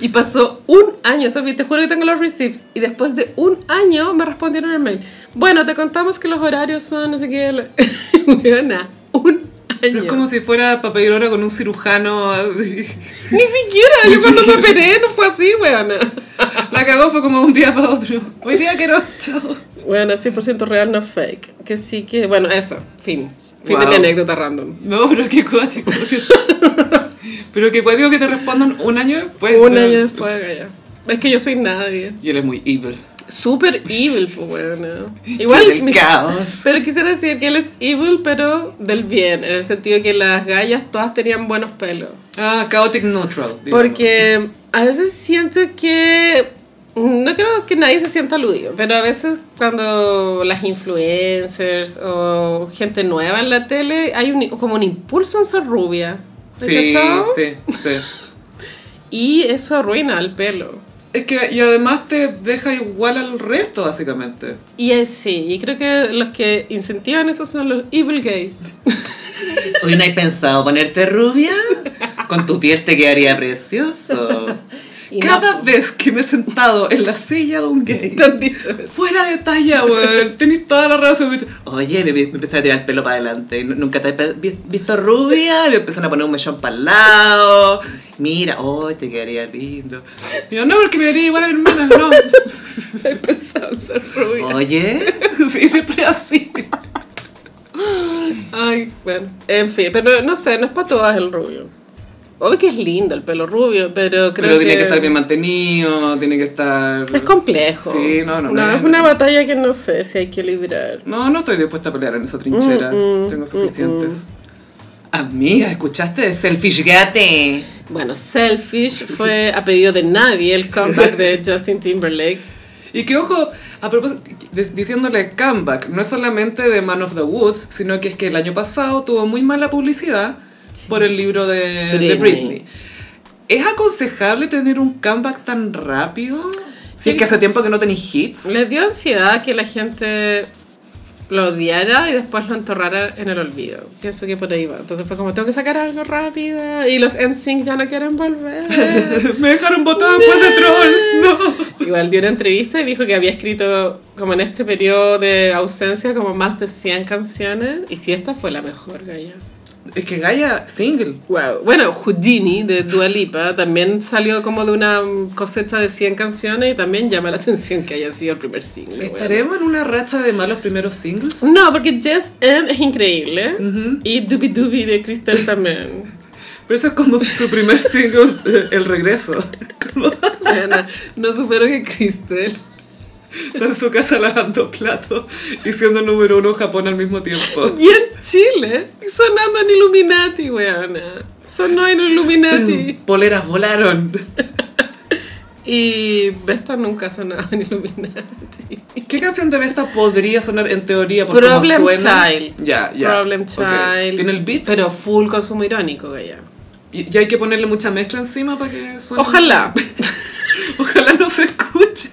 y pasó un año, Sofi, te juro que tengo los receipts. Y después de un año me respondieron el mail. Bueno, te contamos que los horarios son, no sé qué. Weona, un año.
Pero es como si fuera para pedir hora con un cirujano. así.
Ni siquiera, yo cuando me operé no fue así, weona.
La cagó fue como un día para otro. Hoy día quiero. Chao.
Bueno, 100% real, no fake. Que sí que, bueno, eso, fin. Fin de
Wow.
mi anécdota random.
No, pero qué cuático. pero qué cuático que te respondan un año después.
Un
¿no?
año después, gaya. Es que yo soy nadie.
Y él es muy evil.
Super evil, pues, bueno. Igual.
Del caos.
Pero quisiera decir que él es evil, pero del bien. En el sentido que las gallas todas tenían buenos pelos.
Ah, chaotic neutral. digamos.
Porque a veces siento que. mm, No creo que nadie se sienta aludido, pero a veces cuando las influencers o gente nueva en la tele hay un, como un impulso en ser rubia. ¿me
Sí,
cachao?
sí, sí.
Y eso arruina el pelo.
Es que, y además te deja igual al resto, básicamente.
Y es, sí, y creo que los que incentivan eso son los evil gays.
Hoy no hay pensado ponerte rubia. Con tu piel te quedaría precioso.
Y
Cada
no,
vez que me he sentado en la silla de un gay.
Te han dicho eso.
Fuera de talla, weón. Tenés toda la razón. Me dice, Oye, me, me empezaron a tirar el pelo para adelante. Nu- Nunca te he pe- vi- visto rubia. Me empezaron a poner un mechón para el lado. Mira, hoy te quedaría lindo. Y yo, no, porque me daría igual a mi hermana, no.
He pensado en ser
Oh.
rubia.
Oye, sí, siempre así.
Ay, bueno. En fin, pero no sé, no es para todas el rubio. Obvio que es lindo el pelo rubio, pero creo
Pero
que...
tiene que estar bien mantenido, tiene que estar.
Es complejo.
Sí, no, no,
No,
no,
es
no.
una batalla que no sé si hay que librar.
No, no estoy dispuesta a pelear en esa trinchera.
Mm,
Tengo suficientes. Amiga, ¿escuchaste de Selfish Gate?
Bueno, Selfish fue a pedido de nadie el comeback de Justin Timberlake.
Y que ojo, a propósito, dis- diciéndole comeback, no es solamente de Man of the Woods, sino que es que el año pasado tuvo muy mala publicidad por el libro de de Britney.
Britney.
¿Es aconsejable tener un comeback tan rápido? Si es
Sí.
que hace tiempo que no tenéis hits.
Les dio ansiedad que la gente lo odiara y después lo enterrara en el olvido. Pienso que por ahí va. Entonces fue como, tengo que sacar algo rápido y los NSYNC ya no quieren volver.
Me dejaron botado después de Trolls, no.
Igual dio una entrevista y dijo que había escrito como en este periodo de ausencia como más de 100 canciones y si esta fue la mejor, Gaya.
Es que Gaia, single.
Wow. Bueno, Houdini de Dua Lipa también salió como de una cosecha de 100 canciones y también llama la atención que haya sido el primer single. weón.
¿Estaremos en una racha de malos primeros singles?
No, porque Just N es increíble y Doobie Doobie de Crystal también.
Pero eso es como su primer single, eh, El Regreso.
Bueno, no supero que Crystal.
Está en su casa lavando platos y siendo número uno en Japón al mismo tiempo.
Y en Chile, sonando en Illuminati, weona. Sonó en Illuminati.
Poleras volaron.
Y Vesta nunca ha sonado en Illuminati.
¿Qué canción de Vesta podría sonar en teoría por cómo
Problem
suena?
Child.
Ya, ya.
Problem
Ok.
Child.
Tiene el beat
Pero full consumo irónico, Gaya.
y, y hay que ponerle mucha mezcla encima para que suene.
Ojalá.
Ojalá no se escuche.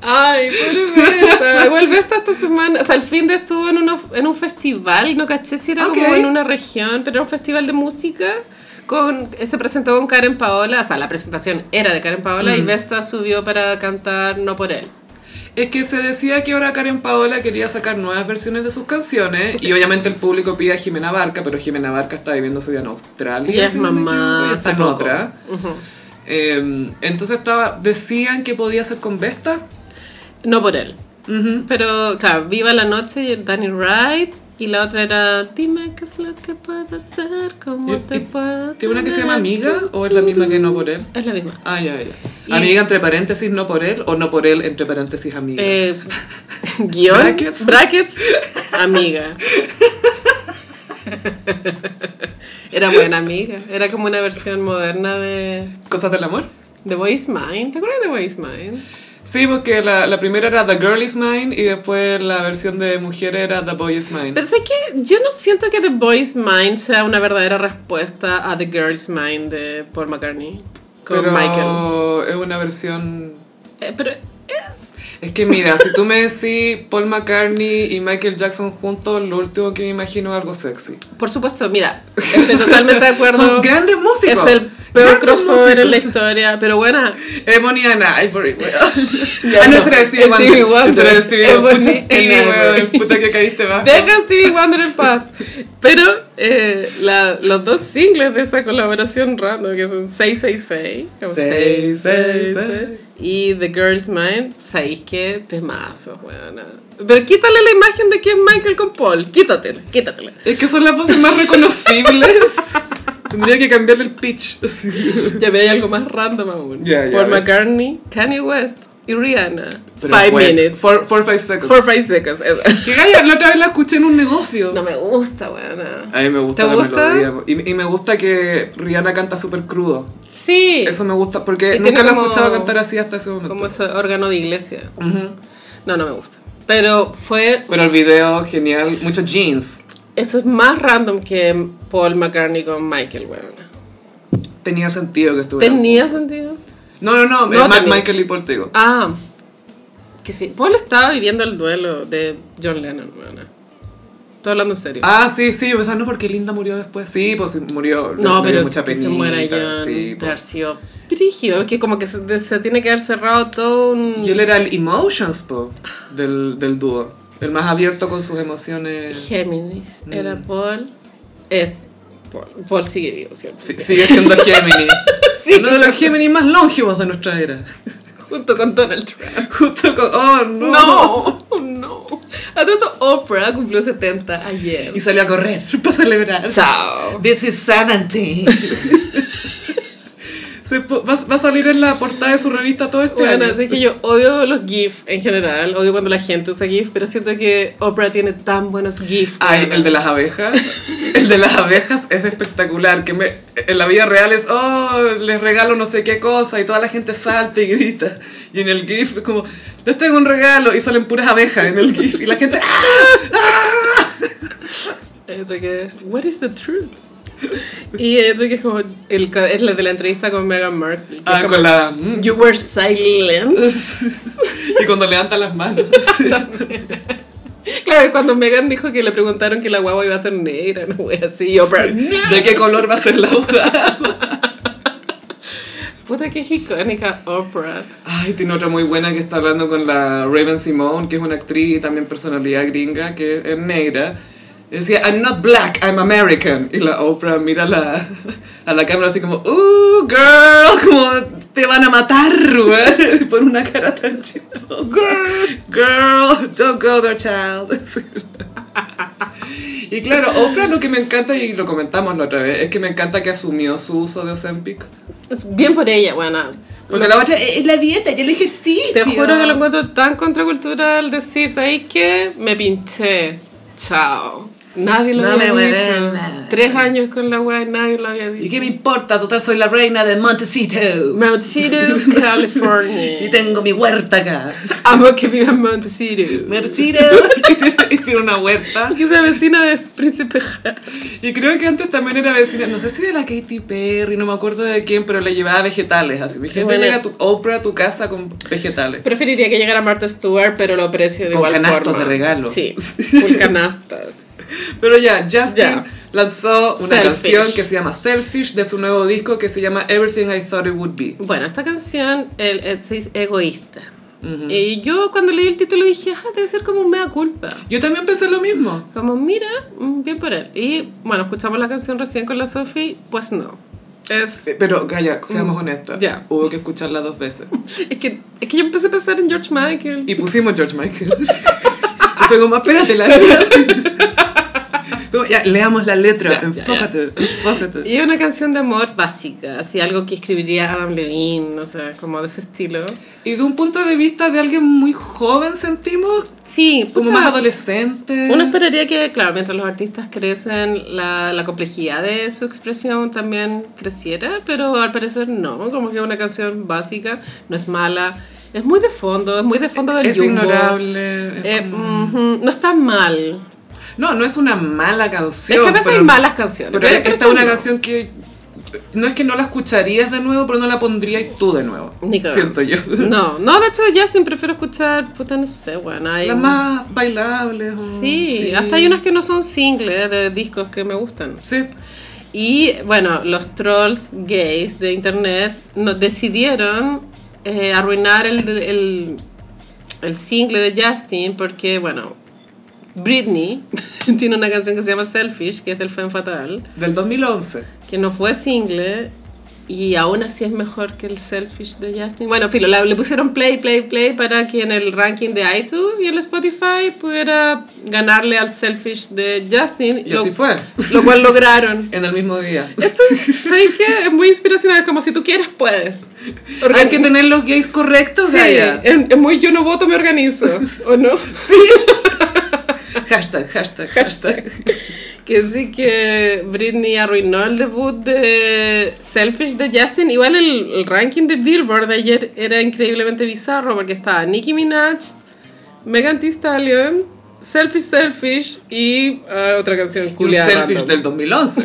Ay, pobre Vesta. Igual Vesta esta semana. O sea, el fin de estuvo en, uno- en un festival. No caché si era
Ok.
como en una región, pero era un festival de música. Con, eh, se presentó con Karen Paola. O sea, la presentación era de Karen Paola
Mm.
y Vesta subió para cantar No por él.
Es que se decía que ahora Karen Paola quería sacar nuevas versiones de sus canciones y obviamente el público pide a Jimena Barca, pero Jimena Barca está viviendo su vida en Australia.
Y es
si no me equivoco,
mamá,
y está en
tampoco.
otra. Eh, entonces estaba, decían que podía ser con Vesta.
No por él.
Mm.
Pero, claro, Viva la Noche y el Danny Wright. Y la otra era, dime qué es lo que puedo hacer, cómo
Y-
te
y-
puedo.
¿Tiene una que se llama
tener".
Amiga o es la misma que No por él?
Es la misma.
Ah, ya, ya.
Y-
Amiga entre paréntesis, no por él, o no por él entre paréntesis, amiga.
Eh, guión,
Brackets.
brackets. amiga. Era buena amiga. Era como una versión moderna de,
¿Cosas del amor?
de Voice Mind. ¿Te acuerdas de Voice Mind?
Sí, porque la, la primera era The Girl Is Mine y después la versión de mujer era The Boy Is Mine.
Pero sé que yo no siento que The Boy's Mind sea una verdadera respuesta a The Girl's Mind de Paul McCartney con
Pero
Michael.
es una versión...
Eh, pero es...
Es que mira, si tú me decís Paul McCartney y Michael Jackson juntos, lo último que me imagino es algo sexy.
Por supuesto, mira, estoy totalmente de acuerdo.
Son grandes músicos.
es el peor
Grandes
crossover en la
músicos.
historia, pero bueno.
Ebony and Ivory, weón.
Ya
ah, no,
no.
ese era Stevie Wonder.
Stevie Wonder.
Ese era Stevie
Ebony
Pucha,
and
Stevie,
Ivory.
weón. Puta que caíste bajo.
Deja a Stevie Wonder en paz. Pero eh, la- los dos singles de esa colaboración random, que son 666, como
666.
y The Girl's Mind, sabéis que temazos, weona. Pero quítale la imagen de que es Michael con Paul, quítatela, quítatela.
Es que son las voces más reconocibles. Tendría que cambiarle el pitch.
Ya, pero hay algo más random aún.
Ya, ya,
Paul
a ver.
McCartney, Kanye West y Rihanna.
Pero
five
bueno,
minutes.
Four, four, five seconds.
Four, five seconds. eso.
Que gaya, la otra vez la escuché en un negocio.
No me gusta, weona.
A mí me gusta
¿Te
la
gusta?
melodía. Y, y me gusta que Rihanna canta súper crudo.
Sí.
Eso me gusta, porque
Y tiene
nunca la he
como-
escuchado cantar así hasta ese momento.
Como ese órgano de iglesia. No, no me gusta. Pero fue.
Pero el video, genial. Muchos jeans.
Eso es más random que Paul McCartney con Michael, weón.
Tenía sentido que estuviera.
¿Tenía sentido?
No, no, no,
No
eh, Ma-
tenía.
Michael y Paul, te digo.
Ah. Que sí. Paul estaba viviendo el duelo de John Lennon, weón. Estoy hablando en serio.
Ah, sí, sí, yo pensaba, no, porque Linda murió después. Sí, pues sí, murió. le-
no,
le dio
pero
mucha
que se
penita,
muera John.
sí,
de
pues.
haber sido brígido. Que como que se, se tiene que haber cerrado todo un.
Y él era el Emotions, po, del, del dúo. El más abierto con sus emociones.
Géminis.
Mm.
Era Paul. Es. Paul. Paul sigue vivo, ¿cierto?
Sí, sigue siendo Gemini. Uno de los Gemini más longevos de nuestra era.
Junto con Donald Trump.
Justo con. ¡Oh, no!
No, no. A todo esto, Oprah cumplió 70 ayer.
Y salió a correr para celebrar.
Chao.
This is sanity. Se po- va, va a salir en la portada de su revista todo este
Bueno,
año.
así que yo odio los GIFs en general, odio cuando la gente usa GIFs, pero siento que Oprah tiene tan buenos GIFs.
Ay,
weona.
Ah, el de las abejas. El de las abejas es espectacular. Que me, en la vida real es, oh, les regalo no sé qué cosa. Y toda la gente salta y grita. Y en el GIF es como, les tengo un regalo. Y salen puras abejas en el GIF. Y la gente, "Ah".
Hay otro que es, What is the truth? Y hay otro que es como, el, ca- es la de la entrevista con Meghan Markle. que es
Ah,
como,
con la. mm.
You were silent.
Y cuando levantan las manos.
Claro, cuando Meghan dijo que le preguntaron que la guagua iba a ser negra, no voy así, y Oprah.
¿De qué color va a ser la obra?
Puta que es icónica Oprah.
Ay, tiene otra muy buena que está hablando con la Raven Simone, que es una actriz y también personalidad gringa, que es negra. Decía, I'm not black, I'm American. Y la Oprah mira a la, a la cámara así como, uh, girl, como te van a matar, güey. Por una cara tan chistosa. Girl, girl, don't go there, child. Y claro, Oprah lo que me encanta, y lo comentamos la otra vez, es que me encanta que asumió su uso de Ozempic.
Es Bien por ella, bueno.
Porque la otra es la dieta y el ejercicio.
Te juro que lo encuentro tan contracultural decir, ¿sabéis qué? Me pinché. Chao. Nadie lo
No
había
me
dicho.
hueven nada.
Tres años con la weá y nadie lo había
¿Y
dicho.
qué me importa? Total, soy la reina de Montecito.
Montecito,
Y
California.
tengo mi huerta acá.
Amo que viva en Montecito.
Mercito. y tiene una huerta.
Que sea vecina de Príncipe Harry.
Y creo que antes también era vecina, no sé si de la Katy Perry, no me acuerdo de quién, pero le llevaba vegetales. Así, mi gente
buena.
llega a tu Oprah a tu casa con vegetales.
Preferiría que llegara Martha Stewart, pero lo aprecio de
Con
igual
canastos
forma.
de regalo.
Sí, full canastas.
Pero ya, Justin
Ya.
lanzó una
Selfish.
canción que se llama Selfish de su nuevo disco que se llama Everything I Thought It Would Be.
Bueno, esta canción el, el- se dice egoísta. Y yo cuando leí el título dije, ah, debe ser como un mea culpa.
Yo también pensé lo mismo.
Como, mira, mm, bien por él. Y bueno, escuchamos la canción recién con la Sophie, pues no. Es,
Eh, Pero, calla, seamos honestas.
Ya.
Hubo que escucharla dos veces.
es, que, es que yo empecé a pensar en George Michael.
Y pusimos George Michael. y fue como, espérate, la Como, ya, leamos la letra,
Ya, ya, ya.
enfócate, enfócate.
Y es una canción de amor básica, así algo que escribiría Adam Levine, o sea, como de ese estilo.
Y de un punto de vista de alguien muy joven sentimos,
Sí,
como
pucha,
más adolescente.
Uno esperaría que, claro, mientras los artistas crecen, la, la complejidad de su expresión también creciera, pero al parecer no, como que es una canción básica, no es mala. Es muy de fondo, es muy de fondo del
es
Jumbo.
ignorable. es
Eh,
como-
ujú, no está mal.
No, no es una mala canción.
es que a veces
pero-
hay malas canciones.
Pero
pero
esta es una
no.
canción que no es que no la escucharías de nuevo, pero no la pondrías tú de nuevo.
Ni cagando.
siento yo.
No, no, de hecho Justin prefiero escuchar, puta, no sé, bueno, hay...
Las más bailables. o-
Sí, hasta hay unas que no son singles de discos que me gustan.
Sí.
Y bueno, los trolls gays de internet nos decidieron eh, arruinar el, el, el single de Justin porque, bueno, Britney tiene una canción que se llama Selfish, que es del Femme Fatal,
Del 2011.
que no fue single y aún así es mejor que el Selfish de Justin. Bueno, filo, la- le pusieron play, play, play para que en el ranking de iTunes y el Spotify pudiera ganarle al Selfish de Justin.
Y
lo-
así fue.
Lo cual lograron.
En el mismo día.
Esto es- ¿sabes qué? es muy inspiracional, como si tú quieres, puedes.
Hay que tener los gays correctos,
Sí,
Gaia.
es, es muy yo no voto, me organizo, ¿o no?
Hashtag, hashtag, hashtag.
Que sí que Britney arruinó el debut de Selfish de Justin. Igual el, el ranking de Billboard de ayer era increíblemente bizarro porque estaba Nicki Minaj, Megan Thee Stallion, Selfish Selfish y ah, otra canción
Y un
culiada
selfish
random.
del 2011.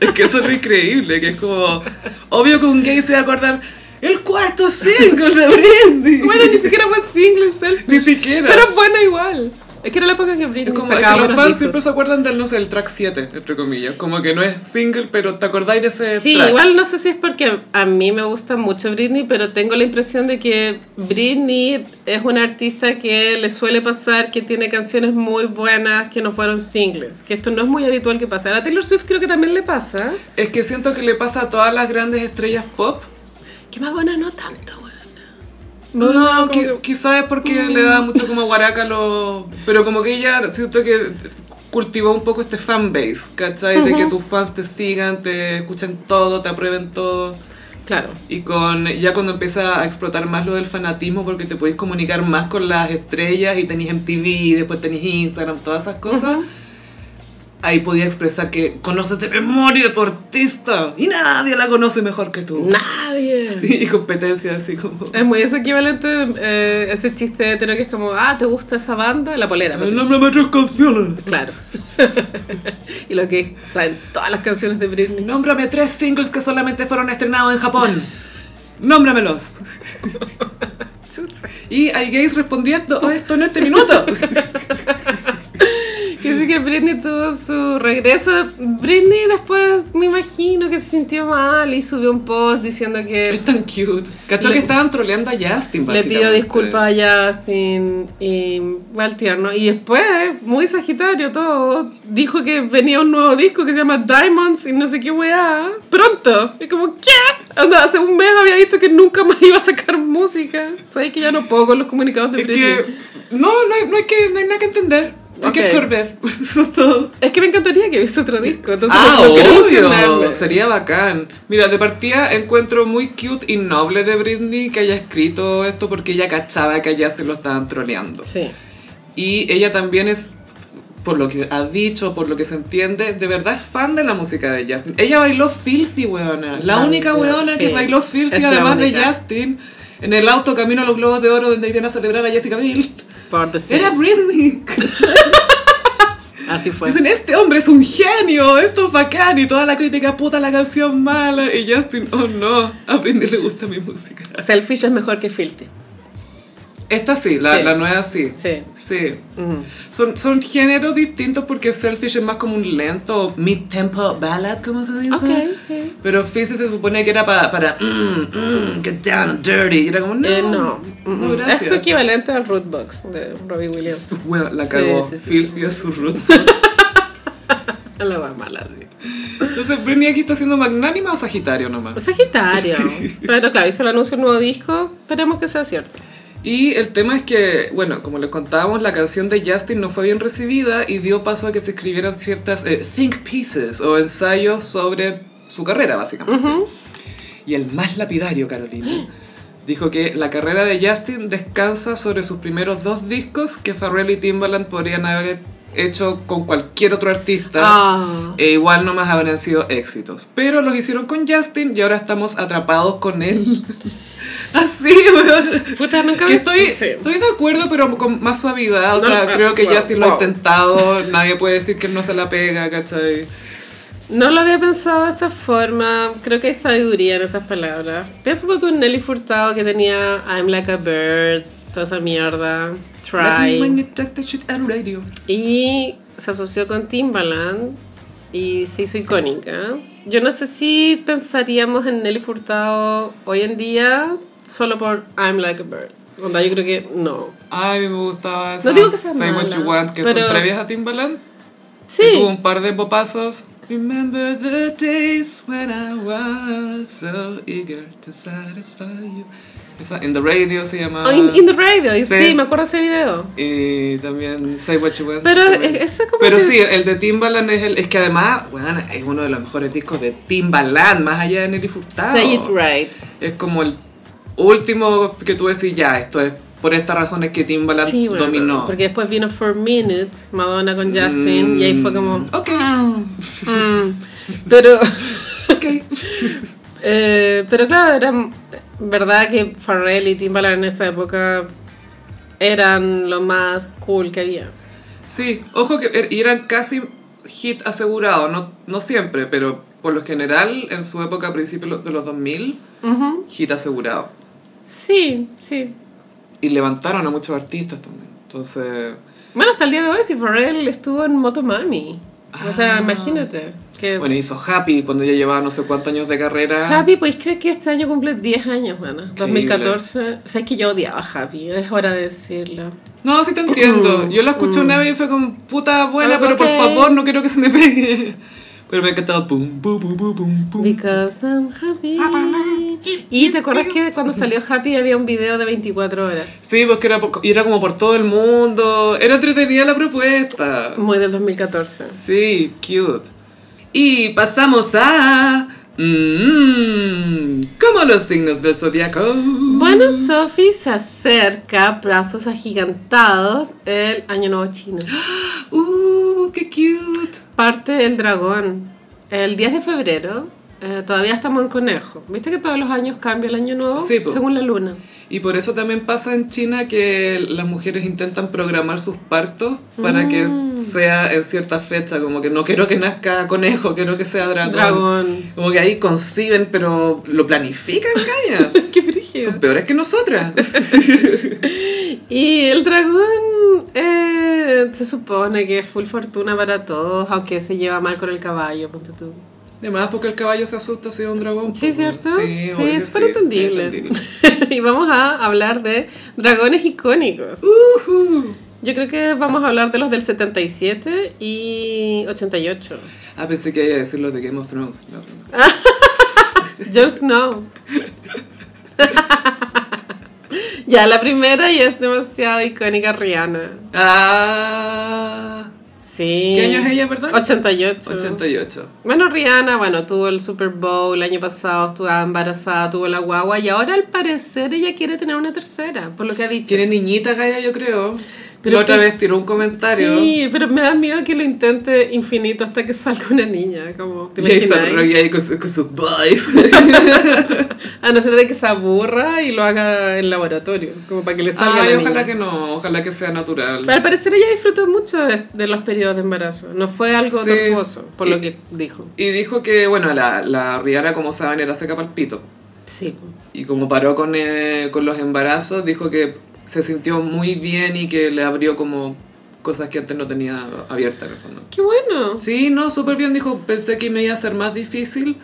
es que eso es lo increíble, que es como... Obvio que un gay se va a acordar... El cuarto single de Britney.
Bueno, ni siquiera fue single Selfish.
Ni siquiera.
Pero bueno igual. Es que era la época en que Britney
Es como es
sacaba
que los
buenos
fans
discos.
siempre se acuerdan del, no sé, el track 7, entre comillas. Como que no es single, pero ¿te acordáis de ese
Sí,
track?
igual no sé si es porque a mí me gusta mucho Britney, pero tengo la impresión de que Britney es una artista que le suele pasar que tiene canciones muy buenas que no fueron singles, que esto no es muy habitual que pase. A Taylor Swift creo que también le pasa.
Es que siento que le pasa a todas las grandes estrellas pop.
Que Madonna no tanto, weón.
No,
como
qui-
que-
quizás Mm, es porque le da mucho como guaraca lo... Pero como que ella siento que cultivó un poco este fanbase, ¿cachai? De que tus fans te sigan, te escuchen todo, te aprueben todo.
Claro.
Y con ya cuando empieza a explotar más lo del fanatismo, porque te podéis comunicar más con las estrellas y tenéis MTV, y después tenéis Instagram, todas esas cosas. Ahí podía expresar que conoces de memoria a tu artista y nadie la conoce mejor que tú.
Nadie.
Sí, y competencia así como.
Es muy ese equivalente eh, ese chiste hetero que es como, ah, ¿te gusta esa banda? La polera.
El nombre de tres canciones.
Claro. y lo que saben todas las canciones de Britney.
Nómbrame tres singles que solamente fueron estrenados en Japón. Nómbramelos.
Chucha.
Y hay gays respondiendo a esto en este minuto.
Que sí que Britney tuvo su regreso. Britney después me imagino que se sintió mal y subió un post diciendo que
Es tan cute. Cachó
Le-
que estaban troleando a Justin,
le pidió
básicamente.
disculpas a Justin y igual tierno. Y después, muy sagitario todo, dijo que venía un nuevo disco que se llama Diamonds y no sé qué weá. Pronto. Y como, ¿qué? O sea, hace un mes había dicho que nunca más iba a sacar música. Sabes que ya no puedo con los comunicados de
Es
Britney.
que no, no hay, no hay que, no hay nada que entender. Hay que
Ok.
absorber. Eso es todo.
Es que me encantaría que hubiese otro disco. Entonces,
Ah,
no, no quiero
obvio.
emocionarme.
Sería bacán. Mira, de partida encuentro muy cute y noble de Britney que haya escrito esto porque ella cachaba que allá se lo estaban troleando.
Sí.
Y ella también es, por lo que ha dicho, por lo que se entiende, de verdad es fan de la música de Justin. Ella bailó Filthy, weona. La
Ah,
única
sí.
weona que bailó Filthy,
Es la
además de
única.
Justin, en el auto camino a los Globos de Oro donde iban a celebrar a Jessica Biel.
Por decir.
Era Britney.
Así fue.
Dicen, este hombre es un genio, esto es bacán. Y toda la crítica, puta, la canción mala. Y Justin, oh no, a Britney le gusta mi música.
Selfish es mejor que Filthy.
Esta sí, la,
Sí.
la nueva sí.
Sí.
Sí. Son, son géneros distintos porque Selfish es más como un lento mid-tempo ballad, como se dice.
Ok, sí.
Pero Fizzy se supone que era pa- para mm, mm, get down and dirty. Y era como, no,
Eh, no.
no,
Mm-mm.
gracias.
es su equivalente al Rootbox de Robbie Williams.
Bueno, la
Sí,
cagó.
sí, sí,
Filthy
sí.
es su root.
La va mala, sí.
Entonces, Britney aquí está siendo magnánima o Sagitario nomás.
Sagitario. Pero claro, hizo el anuncio del nuevo disco. Esperemos que sea cierto.
Y el tema es que, bueno, como les contábamos, la canción de Justin no fue bien recibida y dio paso a que se escribieran ciertas eh, think pieces o ensayos sobre su carrera, básicamente. Y el más lapidario, Carolina, dijo que la carrera de Justin descansa sobre sus primeros dos discos que Pharrell y Timbaland podrían haber hecho con cualquier otro artista.
Ah.
E igual nomás habrían sido éxitos. Pero los hicieron con Justin y ahora estamos atrapados con él. Así, weón.
Puta, nunca
Que
me-
estoy,
sí.
estoy de acuerdo, pero con más suavidad. O
No,
sea,
no,
creo que
wow,
ya si lo he
wow.
intentado, nadie puede decir que no se la pega, ¿cachai?
No lo había pensado de esta forma. Creo que hay sabiduría en esas palabras. Pienso por tu Nelly Furtado que tenía I'm like a bird, toda esa mierda.
Like me when
Try.
you talk that shit on radio.
Y se asoció con Timbaland y se hizo icónica. Yo no sé si pensaríamos en Nelly Furtado hoy en día solo por I'm like a bird. Onda, yo creo que no.
Ay, me gustaba esa.
No digo que sea
Say What
mala,
You Want, que
pero-
son previas a Timbaland. Que tuvo
Sí,
un par de popazos. Remember the days when I was so eager to satisfy you. Esa, in the radio se llamaba.
Oh, in, in the radio. Y
Sí.
Sí. me acuerdo ese video.
Y también Say What You Want.
Pero
también.
e- esa como
Pero
que-
sí, el de Timbaland es el. Es que además, weón, es uno de los mejores discos de Timbaland, más allá de Nelly Furtado.
Say it right.
Es como el último que tú decís, ya, esto es. Por estas razones que Timbaland
Sí, bueno,
dominó.
Porque después vino Four Minutes, Madonna con Justin,
Mm,
y ahí fue como. ah.
ok.
mm. Pero,
Ok.
eh, pero claro, era verdad que Pharrell y Timbaland en esa época eran lo más cool que había.
Sí, ojo que er- eran casi hit asegurado, no, no siempre, pero por lo general en su época a principios de los 2000,
Ujú.
hit asegurado.
Sí, sí.
Y levantaron a muchos artistas también. Entonces,
Bueno, hasta el día de hoy, si Pharrell estuvo en Motomami. O sea,
Ah.
imagínate. Que
bueno, hizo Happy cuando ya llevaba no sé cuántos años de carrera.
Happy, pues creo que este año cumple 10 años, bueno,
Increíble.
2014. O sea, es que yo odiaba a Happy, es hora de decirlo.
No, sí te entiendo. Yo la escuché una vez y fue como, puta buena,
Ah,
pero por
ok.
favor no quiero que se me pegue. Pero me ha encantado. Pum, pum, pum, pum, pum, pum. Ah,
Because I'm happy. Y te acuerdas que cuando salió Happy había un video de 24 horas.
Sí, porque era, por- y era como por todo el mundo. Era entretenida la propuesta.
Muy del 2014.
Sí, cute. Y pasamos a... mm, ¿Cómo los signos del zodiaco?
Bueno, Sophie se acerca, brazos agigantados, el año nuevo chino.
¡Uh, qué cute!
Parte el dragón. El 10 de febrero, eh, todavía estamos en conejo. ¿Viste que todos los años cambia el año nuevo?
Sí, po.
Según la luna.
Y por eso también pasa en China que las mujeres intentan programar sus partos para que
Mm.
sea en cierta fecha, como que no quiero que nazca conejo, quiero que sea dragón.
Dragón.
Como que ahí conciben, pero lo planifican, caña.
Qué frígido.
Son peores que nosotras.
Y el dragón eh, se supone que es full fortuna para todos, aunque se lleva mal con el caballo, ponte tú.
Además, porque el caballo se asusta si es un dragón.
Sí,
pues,
¿cierto?
Sí, obvio que
es súper
sí,
entendible.
entendible.
y vamos a hablar de dragones icónicos.
Ujú.
Yo creo que vamos a hablar de los del 77 y 88.
Ah, pensé que iba a decir los de Game of Thrones. la broma.
Jon Snow. ya, la primera y es demasiado icónica Rihanna.
Ah,
Sí.
¿Qué año es ella, perdón?
88.
88.
Bueno, Rihanna, bueno, tuvo el Super Bowl el año pasado, estuvo embarazada, tuvo la guagua y ahora al parecer ella quiere tener una tercera, por lo que ha dicho.
Tiene niñita Gaia, yo creo.
Pero
la otra
que-
vez tiró un comentario.
Sí, pero me da miedo que lo intente infinito hasta que salga una niña, como te
Y ahí se
imaginas?
arrolla ahí con su, con su wife.
A no ser de que se aburra y lo haga en laboratorio, como para que le salga
Ay,
la
ojalá
niña.
que no, ojalá que sea natural.
Pero al parecer ella disfrutó mucho de, de los periodos de embarazo, no fue algo
Sí.
tortuoso, por lo
Y-
que dijo.
Y dijo que, bueno, la, la Rihanna, como saben, era seca pal pito.
Sí.
Y como paró con, eh, con los embarazos, dijo que se sintió muy bien y que le abrió como cosas que antes no tenía abiertas en el fondo.
Qué bueno.
Sí, no, súper bien, dijo, pensé que me iba a ser más difícil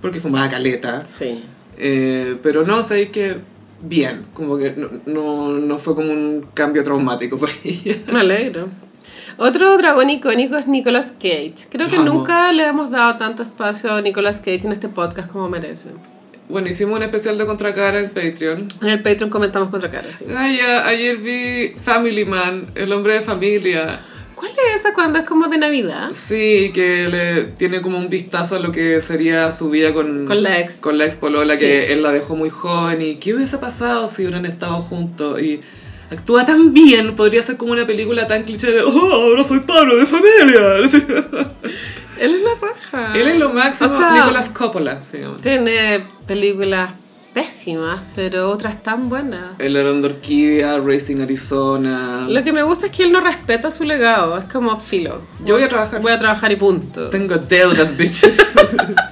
porque fumaba caleta.
Sí.
Eh, pero no, sabéis que bien, como que no, no, no fue como un cambio traumático para ella.
Me alegro. Otro dragón icónico es Nicolas Cage. Creo que
Lo amo.
nunca le hemos dado tanto espacio a Nicolas Cage en este podcast como merece.
Bueno, hicimos un especial de Contracara en Patreon.
En el Patreon comentamos contra cara, sí.
Ay, ya, ayer vi Family Man, el hombre de familia.
¿Cuál es esa cuando es como de Navidad?
Sí, que le tiene como un vistazo a lo que sería su vida con,
Con la ex.
con la ex polola,
Sí.
que él la dejó muy joven y qué hubiese pasado si hubieran estado juntos y actúa tan bien, podría ser como una película tan cliché de, oh, ahora soy Pablo de familia.
Él es la raja.
Él es lo máximo,
Ah. O sea,
Nicolás Coppola se llama.
Tiene películas pésimas, pero otras tan buenas.
El Orón de Orquídea, Racing Arizona.
Lo que me gusta es que él no respeta su legado, es como filo.
Yo voy a trabajar.
Voy a trabajar y punto.
Tengo deudas, bitches.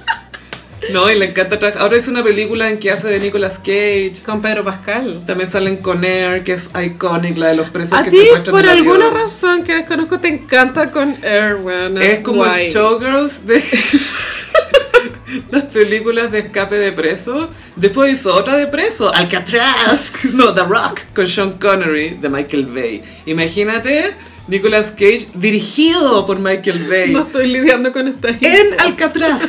no, y le encanta trabajar. Ahora es una película en que hace de Nicolas Cage.
Con Pedro Pascal.
También salen con Air, que es iconic, la de los presos
A
que
ti,
secuestran
por
el avión.
alguna razón que desconozco, te encanta con Erwin.
Es como
guay.
el showgirls de las películas de escape de presos. Después hizo otra de preso, Alcatraz, no, The Rock, con Sean Connery, de Michael Bay. Imagínate Nicolas Cage dirigido por Michael Bay
No estoy lidiando con esta
en Alcatraz.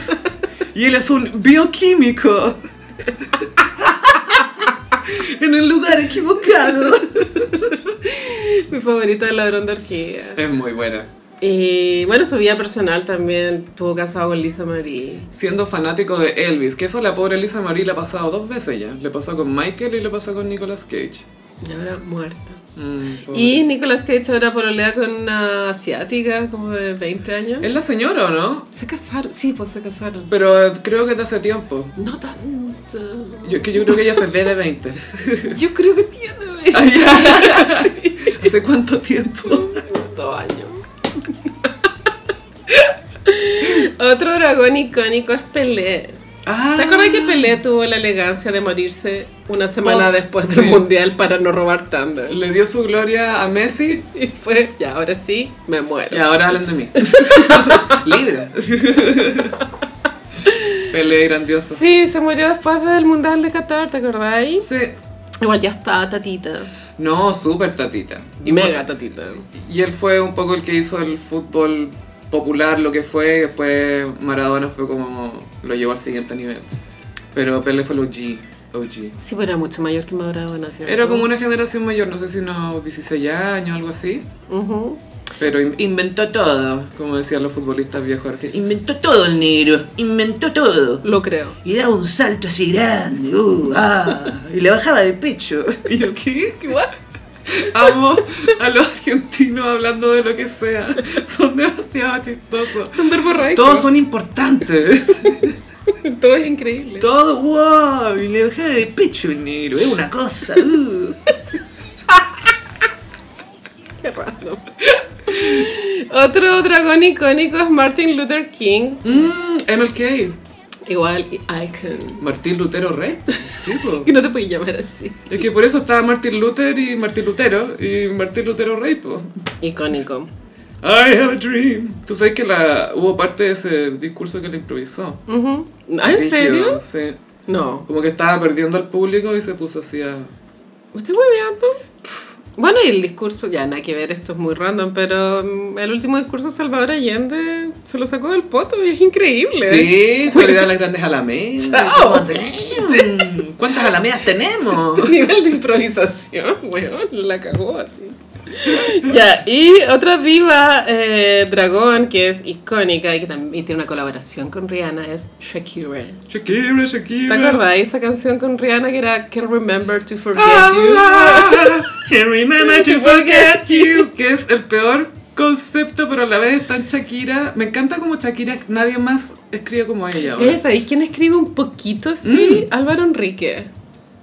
Y él es un bioquímico. en el lugar equivocado.
Mi favorita es Ladrón de Orquídea.
Es muy buena.
Y bueno, su vida personal también estuvo casado con Lisa Marie.
siendo fanático de Elvis, que eso a la pobre Lisa Marie le ha pasado dos veces ya. Le pasó con Michael y le pasó con Nicolas Cage.
Y ahora muerta.
Mm, pobre.
Y Nicolas Cage ahora pololea con una asiática como de 20 años.
Es la señora, ¿o no?
Se casaron, sí, pues se casaron.
Pero eh, creo que de hace tiempo.
No tanto.
Yo, que yo creo que ella se ve de 20.
Yo creo que tiene
Ay,
20
ya. ¿Hace cuánto tiempo?
años. Otro dragón icónico es Pelé.
Ah,
¿Te acuerdas que Pelé tuvo la elegancia de morirse una semana
Post,
después del
sí.
mundial para no robar tanto?
le dio su gloria a Messi
Y fue, ya, ahora sí, me muero.
y ahora hablan de mí. Libra. Pelea grandiosa.
Sí, se murió después del mundial de Qatar, ¿te acordáis?
Sí.
Igual ya está, tatita.
No, súper tatita.
Y mega tatita.
Y él fue un poco el que hizo el fútbol popular, lo que fue, y después Maradona fue como lo llevó al siguiente nivel. Pero Pele fue el OG. OG.
Sí, pero era mucho mayor que Maradona, ¿cierto?
Era como una generación mayor, no sé si unos 16 años, algo así.
Ujú.
Pero in- inventó todo, como decían los futbolistas viejos argentinos. Inventó todo el negro, inventó todo.
Lo creo.
Y daba un salto así grande, uh, ah, y le bajaba del pecho. ¿Y yo qué?
Igual.
Amo a los argentinos hablando de lo que sea. Son demasiado chistosos.
Son verborraicos.
Todos son importantes.
Todo es increíble.
Todos, wow, y le dejé de pecho el negro. Es una cosa. uh.
Qué random. Otro dragón icónico es Martin Luther King.
Mm, MLK.
Igual, icon.
Martín Lutero Rey. Sí, po.
Que no te podías llamar así.
Es que por eso estaba Martín Luther y Martín Lutero y Martín Lutero Rey, po.
Icónico.
I have a dream. Tú sabes que la, hubo parte de ese discurso que le improvisó.
Ujú. Ah, ¿En
Rígido,
serio?
Sí.
No.
Como que estaba perdiendo al público y se puso así a.
¿Me estoy hueveando? Bueno, y el discurso, ya nada que ver, esto es muy random, pero mm, el último discurso de Salvador Allende se lo sacó del poto y es increíble.
Sí, Soledad las grandes alamedas.
Chao.
Como, Oh, "Damn, ¿Cuántas alamedas tenemos?
Este nivel de improvisación, weón, la cagó así. Ya, y otra viva eh, dragón que es icónica y que también tiene una colaboración con Rihanna es Shakira.
Shakira,
¿Te
Shakira.
acuerdas esa canción con Rihanna que era Can't Remember to Forget You?
Ah, Can't remember to forget you. Que es el peor concepto, pero a la vez es tan Shakira. Me encanta como Shakira, nadie más escribe como ella ahora.
¿Qué ¿Sabéis quién escribe un poquito así? Álvaro Enrique.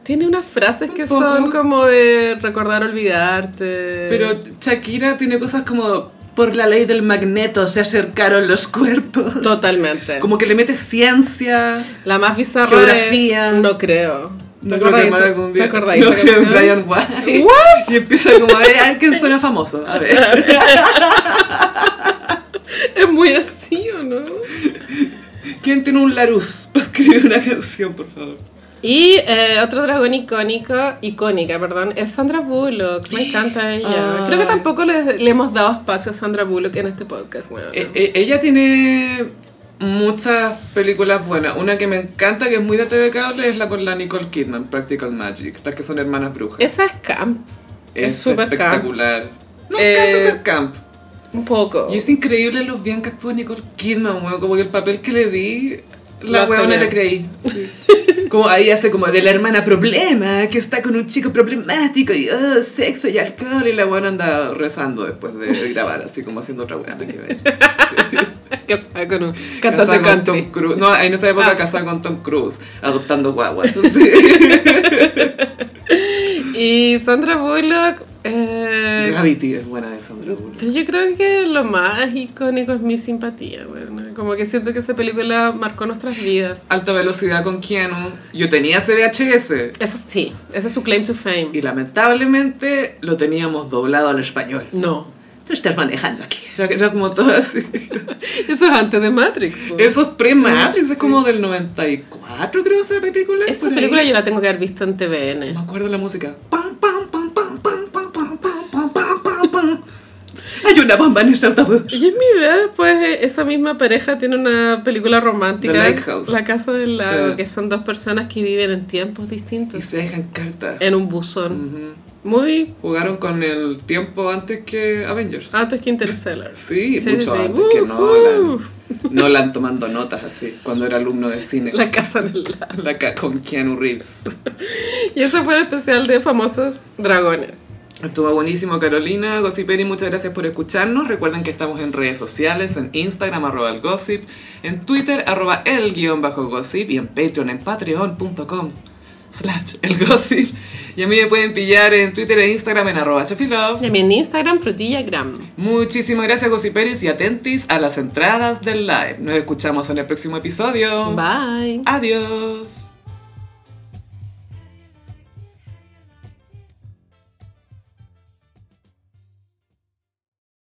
Tiene unas frases que
Un poco.
son como de recordar, olvidarte.
Pero Shakira tiene cosas como. Por la ley del magneto se acercaron los cuerpos.
Totalmente.
Como que le mete ciencia.
La más bizarra
Geografía.
es No creo.
No creo que mal algún día.
¿Te acordáis
No,
esa
que
canción?
Brian White.
What?
Y empieza como a ver, a ver quién suena famoso. A ver.
Es muy así, ¿o no?
¿Quién tiene un Larus? Escribe una canción, por favor.
Y eh, otro dragón icónico, icónica, perdón, es Sandra Bullock. Me encanta ella.
Ay.
Creo que tampoco le, le hemos dado espacio a Sandra Bullock en este podcast, bueno.
E- e- ella tiene muchas películas buenas. Una que me encanta, que es muy de TV Cable, es la con la Nicole Kidman, Practical Magic, las que son hermanas brujas.
Esa es camp, es súper camp.
espectacular. No
Eh,
alcanza a ser camp.
un poco.
Y es increíble los bien que actúa Nicole Kidman, weón, Como que el papel que le di, la
Lo
weona
soñé.
le creí. Como ahí hace como de la hermana problema, que está con un chico problemático y oh, sexo y alcohol. Y la weona anda rezando después de grabar, así como haciendo otra weona que ve.
casada con un
Casada
cantante
con Tom
country.
Cruise. No, en esa época
Ah.
casada con Tom Cruise, adoptando guaguas. Sí.
Y Sandra Bullock. eh,
Gravity es buena de Sandra Bullock.
Pues yo creo que lo más icónico es mi simpatía, bueno, como que siento que esa película marcó nuestras vidas.
Alta velocidad con Keanu. Yo tenía ese VHS.
Eso sí, ese es su claim to fame.
Y lamentablemente lo teníamos doblado al español.
No,
Tú estás manejando aquí. Era, era como todo así.
eso es antes de Matrix. po.
Eso es pre-Matrix,
Sí,
es como del 94, creo, esa película.
Esta
por ahí.
película yo la tengo que haber visto en TVN.
Me acuerdo la música. Pam, pam, pam, pam, pam, pam, pam, pam, pam, pam, pam, pam. Hay una bomba en esta
Y es mi idea después, eh, esa misma pareja tiene una película romántica,
The Lake House.
La Casa del Lago,
Sí.
que son dos personas que viven en tiempos
Y
distintos,
se dejan cartas.
en un buzón.
Ujú.
Muy
Jugaron con el tiempo antes que Avengers.
antes que Interstellar.
Ah. Sí,
Sí,
mucho
sí, sí.
antes que
Uh,
Nolan.
uh.
Nolan tomando notas así, cuando era alumno de cine.
La Casa del Lago.
La ca- con Keanu Reeves.
Y eso fue el especial de famosos dragones.
Estuvo buenísimo Carolina, Gossiperi, muchas gracias por escucharnos. Recuerden que estamos en redes sociales, en Instagram, arroba el gossip, en Twitter, arroba el guión bajo gossip y en Patreon, en patreon.com slash el gossip. Y a mí me pueden pillar en Twitter e Instagram en arroba chafilove.
También en Instagram, frutillagram.
Muchísimas gracias Gossiperis y atentis a las entradas del live. Nos escuchamos en el próximo episodio.
Bye.
Adiós.